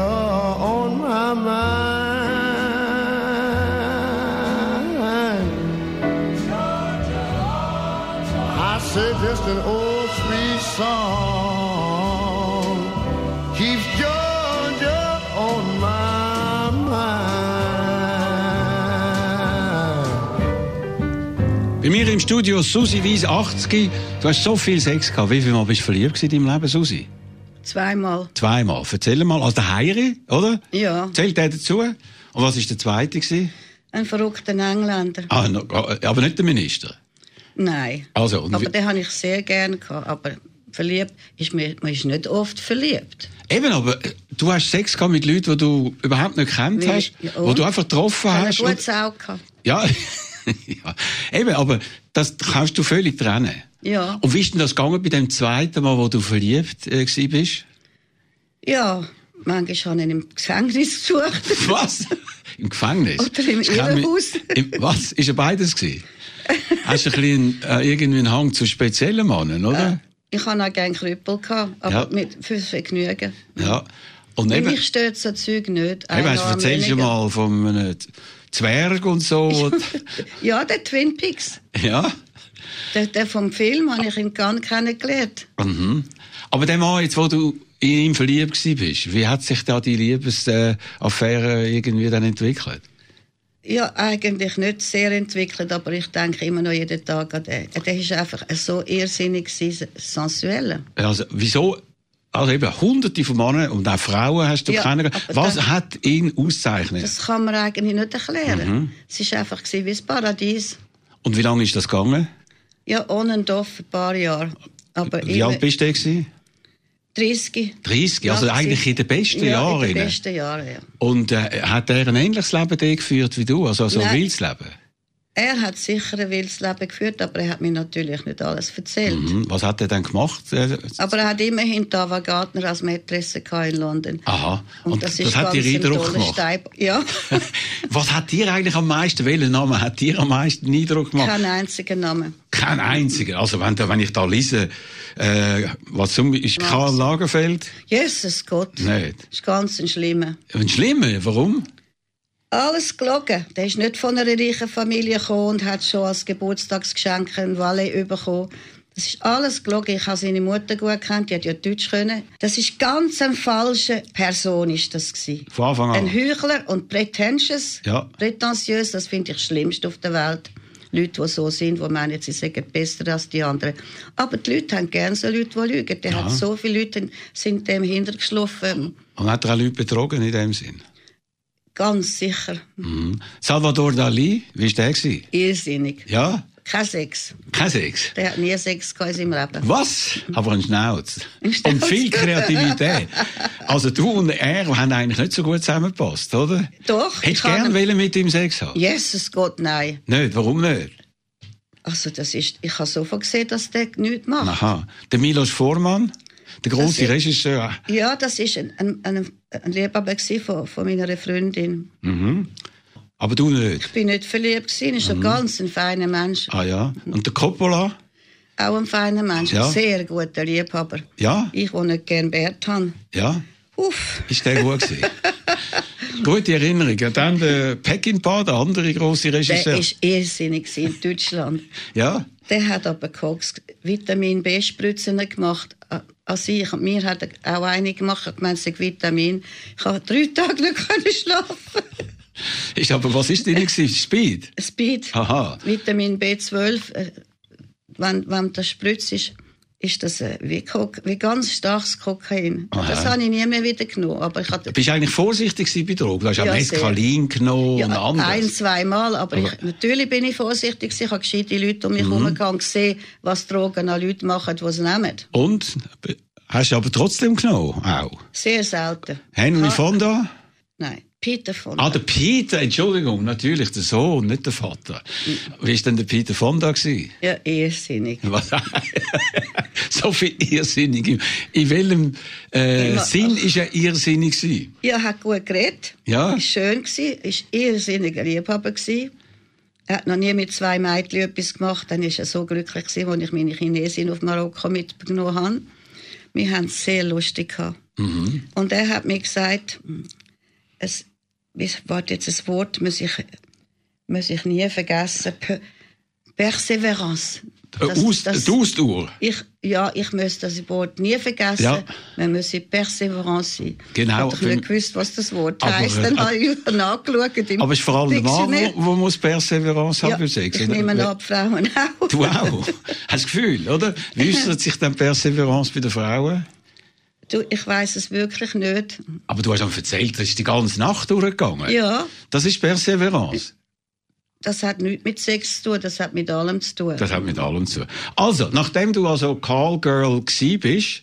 on my mind. I say just an old sweet song keeps Georgia on my mind. Bei mir im im Studio Susi Weiss, 80. Du hast so viel Sex gehabt. Wie viel Mal bist du verliebt gewesen in deinem Leben, Susi? Zweimal. Zweimal. Erzähl mal. Also der Heiri, oder? Ja. Zählt der dazu? Und was war der zweite? Gewesen? Ein verrückter Engländer. Ah, noch- aber nicht der Minister. Nein. Also, und aber wie- den habe ich sehr gerne gehabt. Aber verliebt ist mir, man ist nicht oft verliebt. Eben, aber äh, du hast Sex gehabt mit Leuten, die du überhaupt nicht gekannt Weil- hast, Ja, wo du einfach getroffen Ich habe ein Ah, hast. gutes Auge gehabt. ja. ja. Eben, aber das kannst du völlig trennen. Ja. Und wie ist denn das gegangen bei dem zweiten Mal, wo du verliebt äh, gewesen bist? Ja, manchmal habe ich ihn im Gefängnis gesucht. Was? Im Gefängnis? Oder im Ich kenn mich- Irrenhaus. Im, was? Ist ja beides gewesen? Hast du ein bisschen, äh, irgendwie einen Hang zu speziellen Männern, oder? Ich habe auch gerne Krüppel gehabt, aber Ja. mit, fürs Vergnügen. Ja. Und eben, Mich stört so Zeug nicht. eben Ein hast du Arm erzählst ja weniger. mal von einem Z- Zwerg und so. wo- Ja, der Twin Peaks. ja. Der, der vom Film habe ich ihn gar nicht kennengelernt. Mhm. Aber der Mann, jetzt, wo du in ihn verliebt gewesen bist, wie hat sich da die Liebesaffäre irgendwie dann entwickelt? Ja, eigentlich nicht sehr entwickelt, aber ich denke immer noch jeden Tag an den. Der ist einfach so irrsinnig gewesen, sensuell. Also, wieso? Also eben hunderte von Männern und auch Frauen hast du Ja, kennengelernt. aber Was das- hat ihn ausgezeichnet? Das kann man eigentlich nicht erklären. Mhm. Es war einfach gewesen wie das Paradies. Und wie lange ist das gegangen? Ja, on und off, ein paar Jahre. Aber Wie alt bist du? Gewesen? 30. 30, also Ja, eigentlich sie- in den besten ja, Jahren. in den besten Jahren, ja. Und äh, hat er ein ähnliches Leben dort geführt wie du, also so ein Nein. wildes Leben? Er hat sicher ein wildes Leben geführt, aber er hat mir natürlich nicht alles erzählt. Mhm. Was hat er dann gemacht? Äh, Aber er hat immerhin Tava Gardner als Mätresse gehabt in London. aha, Ah, und, das, ist hat dir ganz ein Eindruck toller gemacht. Steib. Ja, Was hat dir eigentlich am meisten, welcher Name hat dir am meisten Eindruck gemacht? kein einziger Name. Kein einziger. Also wenn, da- wenn ich da lese, äh, was zum ist Max. Karl Lagerfeld? Jesus Gott, Nicht. ist ganz ein Schlimmer. Und schlimmer, warum? Alles gelogen. Der ist nicht von einer reichen Familie gekommen und hat schon als Geburtstagsgeschenk ein Valet bekommen. Das ist alles gelogen. Ich habe seine Mutter gut gekannt, die hat ja Deutsch können. Das ist ganz eine falsche Person, ist das gewesen. Von Anfang an. Ein Heuchler und pretentious, Ah. Ja. prätentiös, das finde ich das Schlimmste auf der Welt. Leute, die so sind, die meinen, sie seien besser als die anderen. Aber die Leute haben gerne so Leute, die lügen. Der hat so viele Leute sind dem hintergeschlafen. Und hat er auch Leute betrogen in dem Sinn? Ganz sicher. Mhm. Salvador Dali, wie war der? Gewesen? Irrsinnig. Ja, Kein Sex. kein Sex. Der hat nie Sex gehabt in seinem Leben. Was? Aber ein Schnauz. Ein Schnauz. Und viel Kreativität. Also du und er haben eigentlich nicht so gut zusammengepasst, oder? Doch, Hättest ich gern habe- wollen mit ihm Sex haben? Jesus Gott, nein. Nicht, warum nicht? Also das ist, ich habe sofort gesehen, dass der nichts macht. Aha. Der Milos Forman, der große Das- Regisseur. Ja, das ist ein, ein, ein, ein Liebhaber gewesen von, von meiner Freundin. Aber du nicht. Ich bin nicht verliebt gewesen, ist ein ganz ein feiner Mensch. Ah ja. Und der Coppola? Auch ein feiner Mensch, Ja. ein sehr guter Liebhaber. Ja, Ich, wo nicht gern Bert habe. ja. Uff, Ist der gut gewesen? Gute Erinnerung. Ja, dann der Peckinpah, der andere große der Regisseur. ist irrsinnig gewesen in Deutschland. Ja. Der hat aber Koks Vitamin B Spritzen gemacht. a- An sich und mir hat er auch eine gemacht, ich meine, Vitamin. Ich habe drei Tage nicht können schlafen. Ist aber, was ist denn gewesen? Speed? Speed. Aha. Vitamin B12, äh, wenn, wenn das spritzt ist, ist das äh, wie, Kok wie ganz starkes Kokain. Aha. Das habe ich nie mehr wieder genommen. Aber ich hatte Du bist eigentlich vorsichtig gewesen bei Drogen. Du hast auch Ja, Mescalin genommen und ja, anderes. ein, zweimal, aber ich, Aber- Mhm. natürlich bin ich vorsichtig. gewesen. Ich habe gescheite Leute um mich herum gehabt und gesehen, was Drogen an Leute machen, die sie nehmen. Und b- hast du aber trotzdem genommen, auch. Sehr selten. Henry Ah. Fonda? Nein, Peter von. Ah, der Peter, Entschuldigung, natürlich, der Sohn, nicht der Vater. Wie war denn der Peter Fonda? Gewesen? Ja, irrsinnig. Was? so viel irrsinnig. In welchem äh, Immer- Sinn war er irrsinnig? Gewesen? Ja, er hat gut geredet. Ja. Ist schön gewesen. Ist irrsinniger Liebhaber gewesen. Er hat noch nie mit zwei Mädchen etwas gemacht. Dann ist er so glücklich gewesen, als ich meine Chinesin auf Marokko mitgenommen habe. Wir haben es sehr lustig gehabt. Mhm. Und er hat mir gesagt, es, ich warte jetzt ein Wort, muss ich, muss ich nie vergessen. Pe- Perseverance. Das- Äh, Aus, das- die Ausdauer. Ich, ja, ich muss das Wort nie vergessen. Ja. Man muss in Perseverance sein. Genau. Ich habe nicht gewusst, was das Wort Aber, heisst. äh, Dann habe ich nachgeschaut im Aber es ist vor allem der Mann, Dictionary. der muss Perseverance Ja, haben. würde sagen. ich nehme an, die Frauen auch. äh, Du auch. Hast du das Gefühl, oder? Wie äußert sich dann Perseverance bei den Frauen? Du, ich weiß es wirklich nicht. Aber du hast auch erzählt, das ist die ganze Nacht durchgegangen. Ja, Das ist Perseverance. das hat nichts mit Sex zu tun, das hat mit allem zu tun. Das hat mit allem zu. tun. Also, nachdem du also Callgirl gsi bist,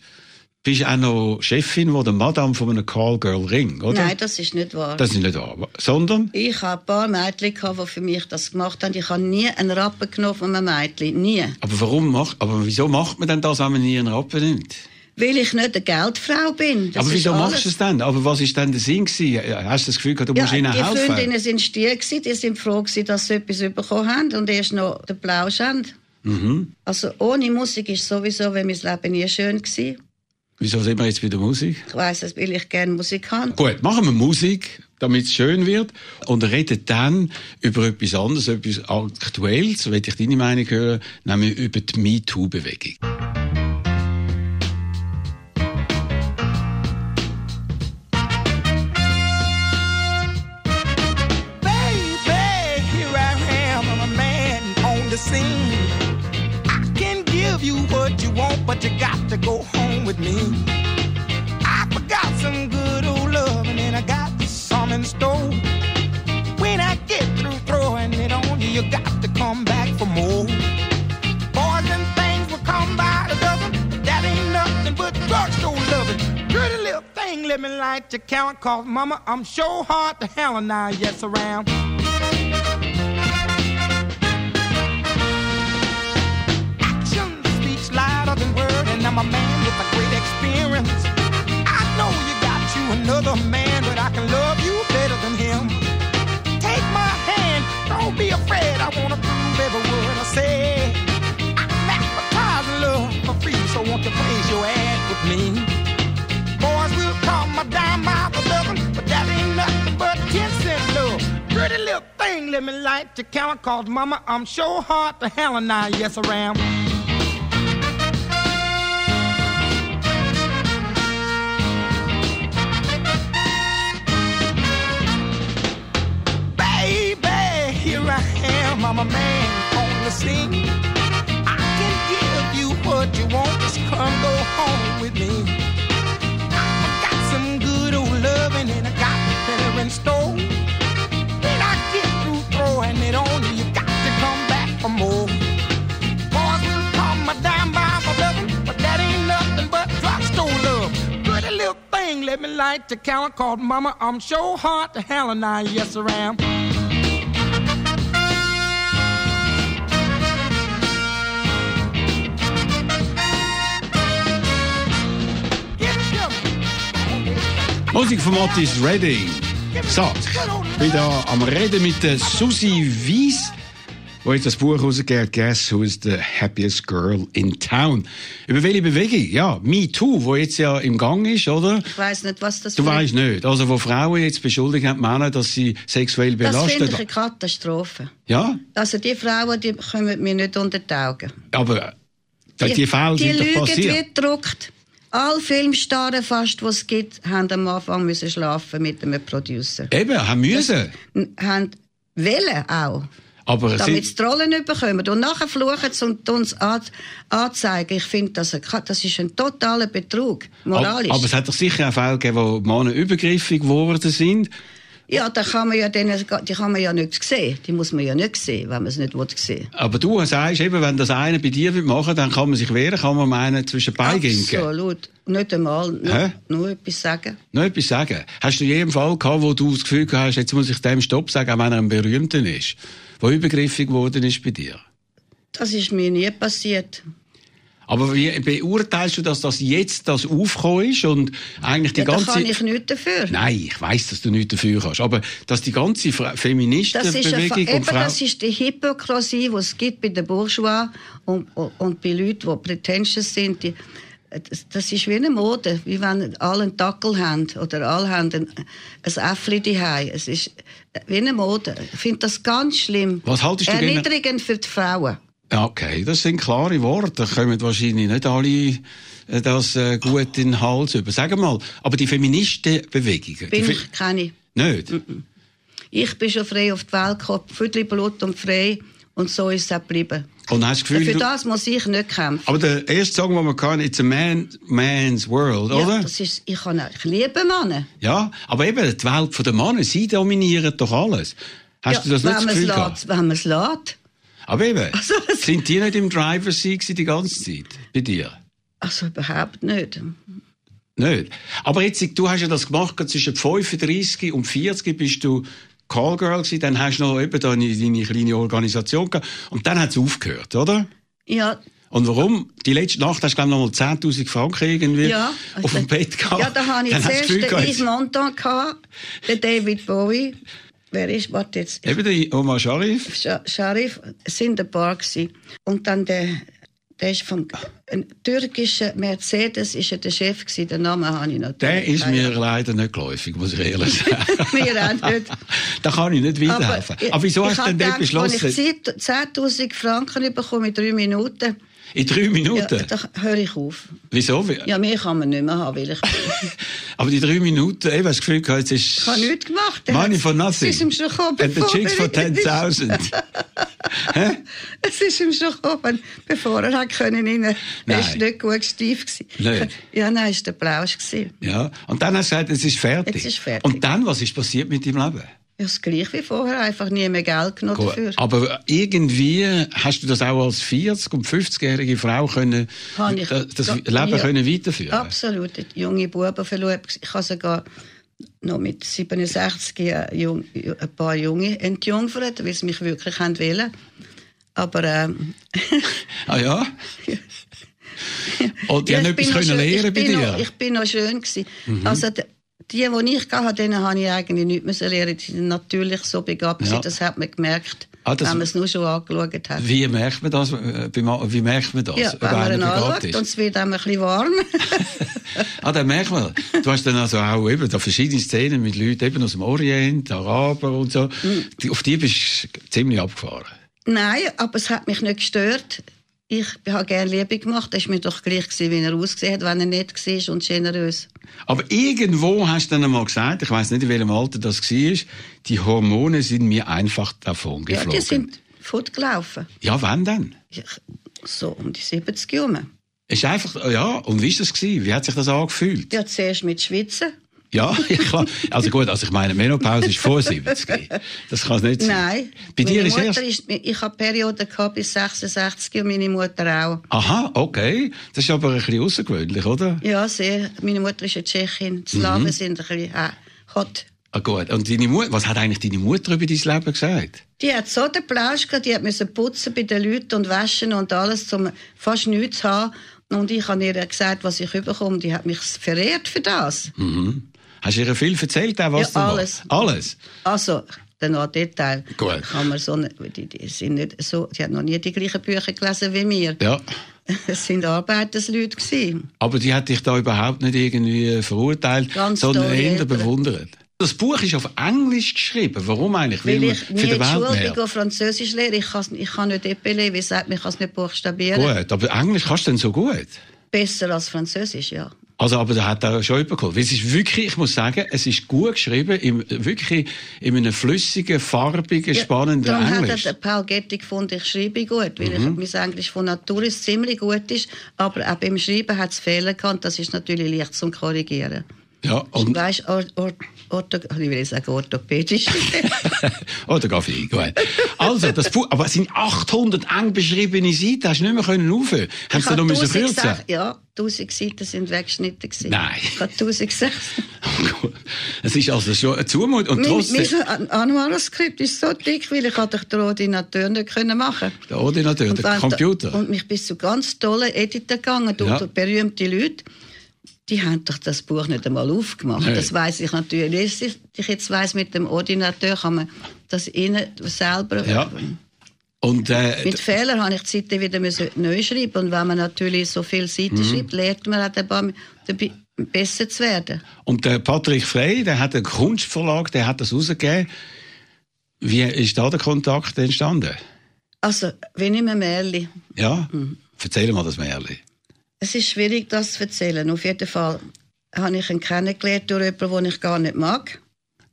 bist du auch noch Chefin oder Madame von einem Callgirl Ring, oder? Nein, das ist nicht wahr. Das ist nicht wahr. Sondern? ich habe ein paar Mädchen, gehabt, die für mich das gemacht haben. Ich habe nie einen Rappen genommen von einem Mädchen. Nie. Aber warum macht, aber wieso macht man denn das, wenn man nie einen Rappen nimmt? Weil ich nicht eine Geldfrau bin. Das aber ist wieso alles. machst du es denn? Aber was ist denn der Sinn gewesen? Hast du das Gefühl gehabt, du musst Ja, ihnen die helfen? Freundinnen sind stier gewesen, die sind froh gewesen, dass sie etwas bekommen haben und erst noch den Plausch haben. Mhm. Also ohne Musik ist sowieso, wenn mein Leben nie schön gewesen. Wieso sind wir jetzt bei der Musik? Ich weiß es, weil ich gerne Musik habe. Gut, machen wir Musik, damit es schön wird. Und reden dann über etwas anderes, etwas Aktuelles, will ich deine Meinung hören, nämlich über die MeToo-Bewegung. Baby, here I am, I'm a man on the scene. I can give you what you want, but you got to go home with me. I forgot some good old love, and then I got some in store. When I get through throwing it on you, you got to come back for more. Boys and things will come by the dozen, but that ain't nothing but drugstore loving. Pretty little thing, let me light your count, cause mama, I'm sure hard to handle now, yes, around. actions speaks louder than word, and I'm a man with a great experience. I know you got you another man, but I can love you better than him. Take my hand, don't be afraid. I wanna prove every word I say. I'm advertising love for free, so won't you raise your ad with me? Boys will call my dime my loving, but that ain't nothing but ten cent love. Pretty little thing, let me light your count, cause mama, I'm sure hard to handle now, yes I am. Baby, here I am, I'm a man on the scene. I can give you what you want, just come go home with me. I got some good old loving and I got better in store. When I get through throwing it on you, you got to come back for more. Boys will call my dime by my loving, but that ain't nothing but drugstore love. Pretty little thing, let me light the counter called Mama. I'm sure hard to handle now, yes I am. Get your- Musik von Matthias Redding. So, ich bin da am Reden mit der Susi Wies, wo jetzt das Buch rausgegeben hat, Guess Who is the Happiest Girl in Town. Über welche Bewegung? Ja, Me Too, wo jetzt ja im Gang ist, oder? Ich weiß nicht, was das Du für- weißt nicht. Also, wo Frauen jetzt beschuldigt haben, Männer, dass sie sexuell Das finde belastet ich eine Katastrophe. Ja, Also die Frauen, die kommen mir nicht unter die Augen. aber die, die Fälle die sind doch Lügen passiert. wird gedruckt. Alle Filmstarren fast, die es gibt, haben am Anfang müssen schlafen mit einem Producer. Eben, haben müssen. N- Haben wollen auch. Aber es damit sie sind, die Rollen nicht bekommen. Und nachher fluchen sie und uns an, anzeigen. Ich finde, das, eine Ka- das ist ein totaler Betrug. Moralisch. aber es hat doch sicher auch Fälle gegeben, wo Männer übergriffig geworden sind. ja, da kann man ja denen, die kann man ja nicht sehen. Die muss man ja nicht sehen, wenn man es nicht will sehen Aber du sagst eben, wenn das einer bei dir machen will, dann kann man sich wehren, kann man meinen zwischen beigehen. Absolut. Nicht einmal. Hä? Nur, nur etwas sagen. Noch etwas sagen. Hast du jeden Fall gehabt, wo du das Gefühl gehabt hast, jetzt muss ich dem Stopp sagen, auch wenn er ein Berühmten ist, der übergriffig geworden ist bei dir? Das ist mir nie passiert. Aber wie beurteilst du, dass das jetzt das Aufkommen ist und eigentlich die Ja, da ganze... kann ich nichts dafür. Nein, ich weiß, dass du nichts dafür kannst, aber dass die ganze Fra- Das ist, eine, Fa- Feministenbewegung eben, und Frau... das ist die Hypokrisie, die es gibt bei den Bourgeois und, und- und bei Leuten, die pretentious sind. Die, das, das ist wie eine Mode, wie wenn alle einen Dackel haben oder alle haben ein, ein Äffli daheim. Es ist wie eine Mode. Ich finde das ganz schlimm. Was haltest du gena- Erniedrigend für die Frauen. Okay, das sind klare Worte. Da kommen wahrscheinlich nicht alle äh, das äh, gut in den Hals über. Sagen wir mal, aber die Feministenbewegung... die Bin Fe- ich keine. Nicht? Mm, Ich bin schon frei auf die Welt gekommen, Viertel Blut und frei. Und so ist es auch geblieben. Und hast du das Gefühl... Für du- das muss ich nicht kämpfen. Aber der erste Song, den wir hatten, «It's a man, Man's World», Ja, oder? das ist, ich, kann, auch- ich liebe Männer. Ja, aber eben, die Welt der Männer, sie dominieren doch alles. Hast Ja, du das nicht das wenn Gefühl man gehabt? es lässt, Wenn man es lässt. Aber eben, Also, es- sind die nicht im Driver gewesen die ganze Zeit? Bei dir? Also überhaupt nicht. Nicht. Aber jetzt, du hast ja das gemacht, gerade zwischen 35 und 40 bist du Callgirl gewesen, dann hast du noch eben deine, deine kleine Organisation gehabt und dann hat es aufgehört, oder? Ja, Und warum? Die letzte Nacht hast du, glaube ich, noch mal 10'000 Franken irgendwie ja. auf dem Bett gehabt. Ja, da habe ich Dann hast du das zuerst Gefühl den gehabt, Yves Montand gehabt, den David Bowie. Wer ist, warte jetzt, Eben der Omar Sharif. Scha Sharif sind ein paar gewesen. Und dann der, der ist vom ein türkischen Mercedes ist er der Chef gewesen. Den Namen habe ich natürlich. Der ist mir keine. leider nicht geläufig, muss ich ehrlich sagen. mir auch nicht. da kann ich nicht weiterhelfen. Aber, wieso hast ich du denn hab dort gedacht, beschlossen, Als ich 10.000 Franken bekomme in drei Minuten, in drei ja, Minuten? da höre ich auf. wieso? Ja, mehr kann man nicht mehr haben, weil ich, Aber die drei Minuten, ich habe das Gefühl, gehabt, jetzt ist... ich habe nichts gemacht. Der Money hat- for nothing. Es ist ihm schon gekommen. And the bevor chicks for er- 10.000. Es ist ihm schon gekommen, bevor er hat können rein. Er Nein. war nicht gut steif. gewesen. Nicht? Ja, nein, es war der Plausch. gewesen. ja. Und dann hast du gesagt, es ist fertig. Jetzt ist fertig. Und dann, was ist passiert mit deinem Leben? Ja, das gleiche wie vorher, einfach nie mehr Geld genommen Gut, dafür. Aber irgendwie hast du das auch als 40- und 50-jährige Frau können, Kann ich- das, das Ja, Leben ja. können weiterführen Absolut. Junge Buben verlobt. Ich habe sogar noch mit 67 ein, jung, ein paar Junge entjungfert, weil sie mich wirklich haben wollen. Aber ähm, Ah ja? Und die ja, haben ich bin etwas noch können schön- ich lernen bei bin dir? Mhm. Noch, ich bin noch schön. Gewesen. Also die, die, die ich hatte, denen habe ich eigentlich nichts müssen lernen. Die sind natürlich so begabt. Ja. gewesen, Das hat man gemerkt, Ah, das- wenn man es nur schon angeschaut hat. Wie merkt man das? äh, beim A- Wie merkt man das? ja, ob wenn man einer ihn begabt anschaut ist? und es wird einem ein bisschen warm. Ah, dann merkt man. Du hast dann also auch eben da verschiedene Szenen mit Leuten eben aus dem Orient, Araber und so. Die- Auf die bist du ziemlich abgefahren. Nein, aber es hat mich nicht gestört. Ich habe gerne Liebe gemacht. Das war mir doch gleich, gewesen, wie er ausgesehen hat, wenn er nett war und generös. Aber irgendwo hast du dann einmal gesagt, ich weiß nicht, in welchem Alter das war, die Hormone sind mir einfach davon Ja, geflogen. die sind fortgelaufen. ja wann denn? Ich, so um die 70 herum. Ist einfach, ja, und wie ist das gewesen? Wie hat sich das angefühlt? Ja, zuerst mit Schwitzen. Ja, ja, klar. Also gut, also ich meine, Menopause ist vor 70. Das kann es nicht sein. Nein. Bei dir meine ist Mutter erst... ist, ich habe Perioden gehabt bis 66 und meine Mutter auch. Aha, okay. Das ist aber ein bisschen außergewöhnlich, oder? Ja, sehr. Meine Mutter ist eine Tschechin. Mhm. Die Slawen sind ein bisschen äh, hot. Ah, gut. Und deine Mutter, was hat eigentlich deine Mutter über dein Leben gesagt? Die hat so den Plausch gehabt, die hat müssen putzen bei den Leuten und waschen und alles, um fast nichts zu haben. Und ich habe ihr gesagt, was ich überkomme. Die hat mich verehrt für das. Mhm. Hast du ihr viel erzählt, auch was Ja, du alles. machst? Alles. Also, dann noch ein Detail. Gut. Kann man so, nicht- die, die, sind nicht so, die hat noch nie die gleichen Bücher gelesen wie wir. Ja. Es sind Arbeitersleute. Gewesen. Aber die hat dich da überhaupt nicht irgendwie verurteilt, Ganz sondern tolle eher Eltern. bewundert. Das Buch ist auf Englisch geschrieben. Warum eigentlich? Weil man ich nie für die in die Welt Schule mehr. bin, gehe Französisch lehre. Ich kann, ich kann nicht Epele, wie sagt man, ich kann es nicht buchstabieren. Gut, aber Englisch kannst du denn so gut? Besser als Französisch, ja. Also, aber da hat er schon übergeholt. Weil Es ist wirklich, ich muss sagen, es ist gut geschrieben, im, wirklich in einem flüssigen, farbigen, spannenden Darum Englisch. Mhm. hat er den Paul Getty gefunden, ich schreibe gut, weil ich, mein Englisch von Natur aus ziemlich gut ist, aber auch beim Schreiben hat es Fehler gehabt, das ist natürlich leicht zum Korrigieren. ja, und, Weißt du, or, or, ortho, ich will sagen orthopädisch. Oder gar viel, gut. Also, das Buch, aber es sind 800 eng beschriebene Seiten, hast du nicht mehr können aufhören. Haben sie Ich da hab noch müssen 1000 kürzen? Sech- Ja, 1000 Seiten sind weggeschnitten. Gewesen. Nein. Ich habe 1600. Es ist also schon eine Zumutung. Und Mein, trotzdem, mein An- Anmanuskript ist so dick, weil ich hatte die Ordinatur nicht können machen der Ordinateur, Und der dann- Computer. Und mich bis zu ganz tollen Editern gegangen, durch Ja. durch berühmte Leute. Die haben doch das Buch nicht einmal aufgemacht. Nein. Das weiß ich natürlich. Dass ich jetzt weiß, mit dem Ordinateur kann man das innen selber. Ja. Und, äh, Mit Fehlern habe ich die Seite wieder müssen neu schreiben. Und wenn man natürlich so viele Seiten Mhm. schreibt, lernt man auch ein paar dabei besser zu werden. und der Patrick Frey, der hat einen Kunstverlag, der hat das rausgegeben. Wie ist da der Kontakt entstanden? Also, wenn ich mir Märli. Ja, Mhm. erzähl mal das Märchen. Es ist schwierig, das zu erzählen. Auf jeden Fall habe ich ihn kennengelernt durch jemanden, den ich gar nicht mag.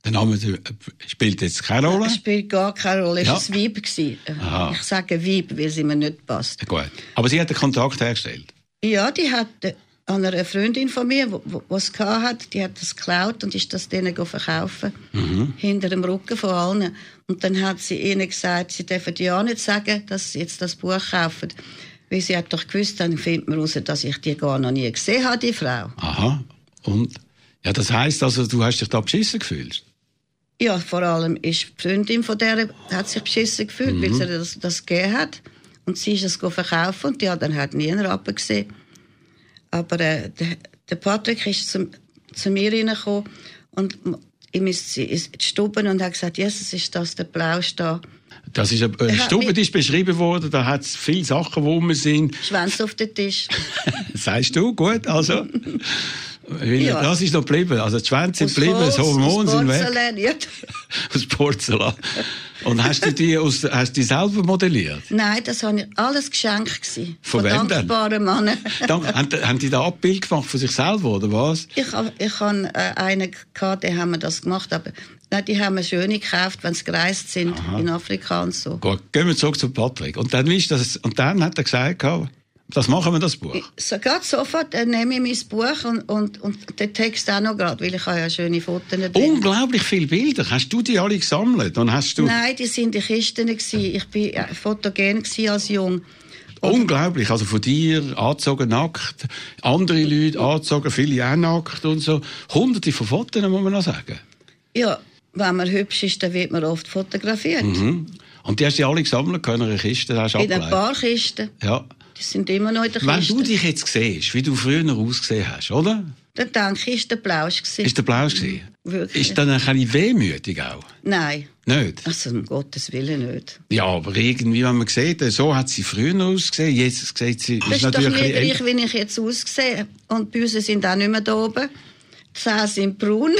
Der Name äh, spielt jetzt keine Rolle. Es spielt gar keine Rolle. Es Ja. war ein Weib. gewesen. Aha. Ich sage Weib, weil sie mir nicht passt. Gut. Aber sie hat den Kontakt hergestellt. Ja, die hat äh, an einer Freundin von mir, die es hat, die hat das geklaut und ist das denen go verkaufen. Mhm. Hinter dem Rücken von allen. Und dann hat sie ihnen gesagt, sie dürfen ja nicht sagen, dass sie jetzt das Buch kaufen. Weil sie hat doch gewusst, dann findet man raus, dass ich die gar noch nie gesehen habe, die Frau. Aha. Und ja, das heisst also, du hast dich da beschissen gefühlt. Ja, vor allem ist die Freundin von der hat sich beschissen gefühlt, weil Mhm. sie ihr das, das gegeben hat. Und sie ist es go verkaufen und ja, dann hat nie einen Rappen gesehen. Aber äh, der, der Patrick ist zum, zu mir reingekommen und m- ihm ist sie ist in die Stube und hat gesagt, Jesus, ist das der Blausch da? Das ist, äh, hat Stube mich- ist beschrieben worden, da hat es viele Sachen, wo wir sind. Schwanz auf den Tisch. Sagst du, gut, also. Weil Ja. Das ist noch geblieben. Also die Schwänze sind Aus geblieben, Holz, das Hormon aus sind weg. Porzellan, Ja. Aus Porzellan. Und hast du die, aus, hast du die selber modelliert? Nein, das war alles Geschenk. Gewesen, Von wem denn? dankbaren Männern. Dank, haben, die- haben die da Abbild gemacht von sich selber, oder was? Ich, ha- ich habe äh, einen gehabt, der haben wir das gemacht, aber nein, die haben wir schöne gekauft, wenn sie gereist sind in Afrika und so. Gut, gehen wir zurück zu Patrick. Und dann, ist das, und dann hat er gesagt, «Komm, das machen wir, das Buch. So, gerade sofort äh, nehme ich mein Buch und, und, und den Text auch noch gerade, weil ich habe ja schöne Fotos drin. Unglaublich viele Bilder. Hast du die alle gesammelt? Und hast du... Nein, die sind in Kisten. Gewesen. Ich war äh, fotogen gewesen als jung. Unglaublich, also von dir angezogen nackt, andere Leute angezogen, viele auch nackt und so. Hunderte von Fotos, muss man noch sagen. Ja, wenn man hübsch ist, dann wird man oft fotografiert. Mhm. Und die hast du alle gesammelt in einer Kiste, hast du In ein abgelegt. paar Kisten. Ja. Die sind immer noch in der Wenn du Kiste. dich jetzt siehst, wie du früher ausgesehen hast, oder? Dann denke ich, ist der Blausch gewesen. Ist der Blausch gewesen? Wirklich. Ist dann ein bisschen wehmütig auch? Nein, Nicht? also um Gottes Willen nicht. Ja, aber irgendwie, wenn man sieht, so hat sie früher ausgesehen, jetzt sieht sie... Das ist, doch natürlich mir ein bisschen älter. gleich, wie ich jetzt aussehe. Und die Büsen sind auch nicht mehr da oben. Die Zähne sind braun.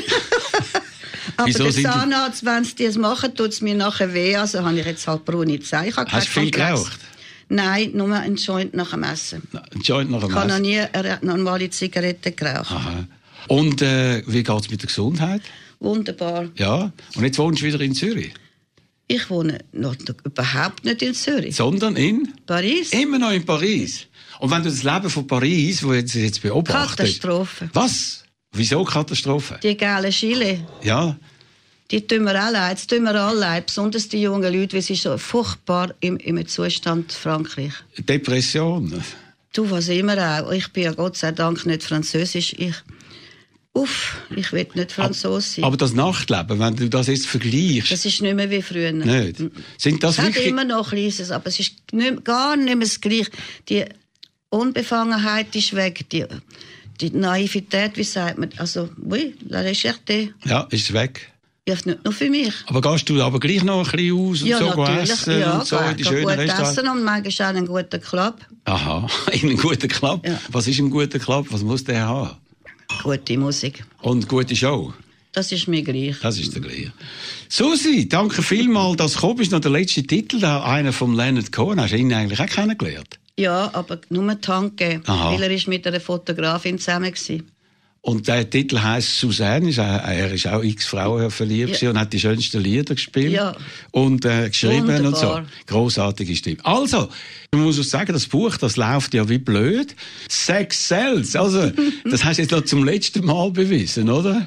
Aber Wieso der sind die- Zahnarzt, wenn sie das machen, tut es mir nachher weh. Also habe ich jetzt halt braune Zähne. Ich habe Hast du keinen viel Komplex. geraucht? Nein, nur einen Joint nach dem Essen. Ein Joint nach Ich dem habe noch Essen. nie eine normale Zigarette geraucht. Aha. Und äh, wie geht's mit der Gesundheit? Wunderbar. Ja. Und jetzt wohnst du wieder in Zürich. Ich wohne noch überhaupt nicht in Zürich. Sondern in? Paris? Immer noch in Paris. Und wenn du das Leben von Paris, wo jetzt jetzt beobachtet... Katastrophe. Was? Wieso Katastrophe? Die geilen Chile. Ja. Die tun mir alle leid, es tun mir alle leid, besonders die jungen Leute, weil sie so furchtbar im, im Zustand Frankreich. Depression. Du, was immer auch. Ich bin ja Gott sei Dank nicht französisch. Ich, uff, ich will nicht Franzose sein. Aber das Nachtleben, wenn du das jetzt vergleichst, das ist nicht mehr wie früher. nicht? Sind das Es hat wirklich... immer noch Kleines, aber es ist nicht, gar nicht mehr das Gleiche. Die Unbefangenheit ist weg, die, die Naivität, wie sagt man, also, oui, la recherche, Ja, ist weg. ja, nicht nur für mich. Aber gehst du aber gleich noch ein bisschen aus und Ja, so natürlich, essen ja, und so in die geht schönen gut Restaurants? essen und manchmal auch einen guten Club. Aha, in einem guten Club. Ja. Was ist ein guter Club? Was muss der haben? Gute Musik. Und gute Show. Das ist mir gleich. Das ist der gleiche. Susi, danke vielmals. Das Kopf ist noch der letzte Titel, da einer von Leonard Cohen. Hast du ihn eigentlich auch kennengelernt? Ja, aber nur tanken, Aha. weil er ist mit einer Fotografin zusammen war. Und der Titel heißt Suzanne. Ist auch- Er ist auch x Frauen verliebt Ja. gewesen und hat die schönsten Lieder gespielt Ja. und äh, geschrieben und so. Wunderbar. Großartige Stimme. Also, man muss auch sagen, das Buch, das läuft ja wie blöd. Sex sells. Also, das hast du jetzt noch zum letzten Mal bewiesen, oder?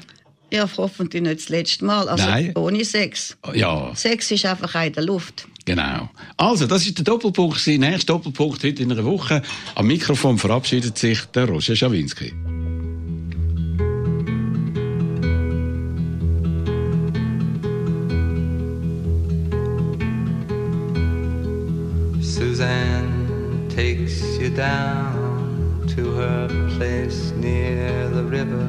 Ja, hoffentlich nicht das letzte Mal. Also Nein. ohne Sex. Ja. Sex ist einfach auch in der Luft. Genau. Also, das ist der Doppelpunkt. gewesen. Nächster Doppelpunkt heute in einer Woche. Am Mikrofon verabschiedet sich der Roger Schawinski. Suzanne takes you down to her place near the river.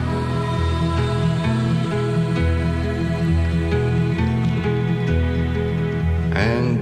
and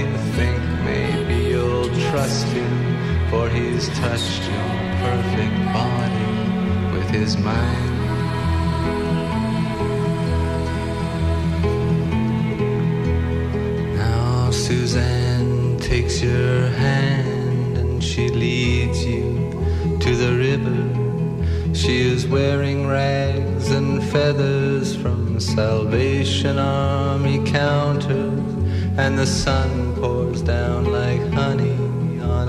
you think maybe you'll trust him, for he's touched your perfect body with his mind. Suzanne takes your hand and she leads you to the river. She is wearing rags and feathers from Salvation Army counters, and the sun pours down like honey on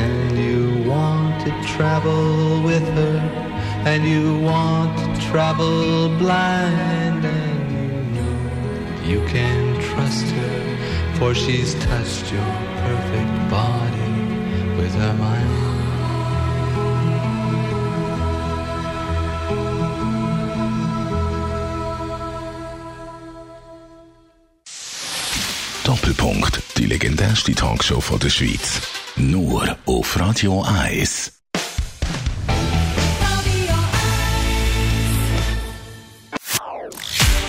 And you want to travel with her. And you want to travel blind. And you know you can trust her, for she's touched your perfect body with her mind. Doppelpunkt, die legendärste Talkshow von der Schweiz. Nur auf Radio 1.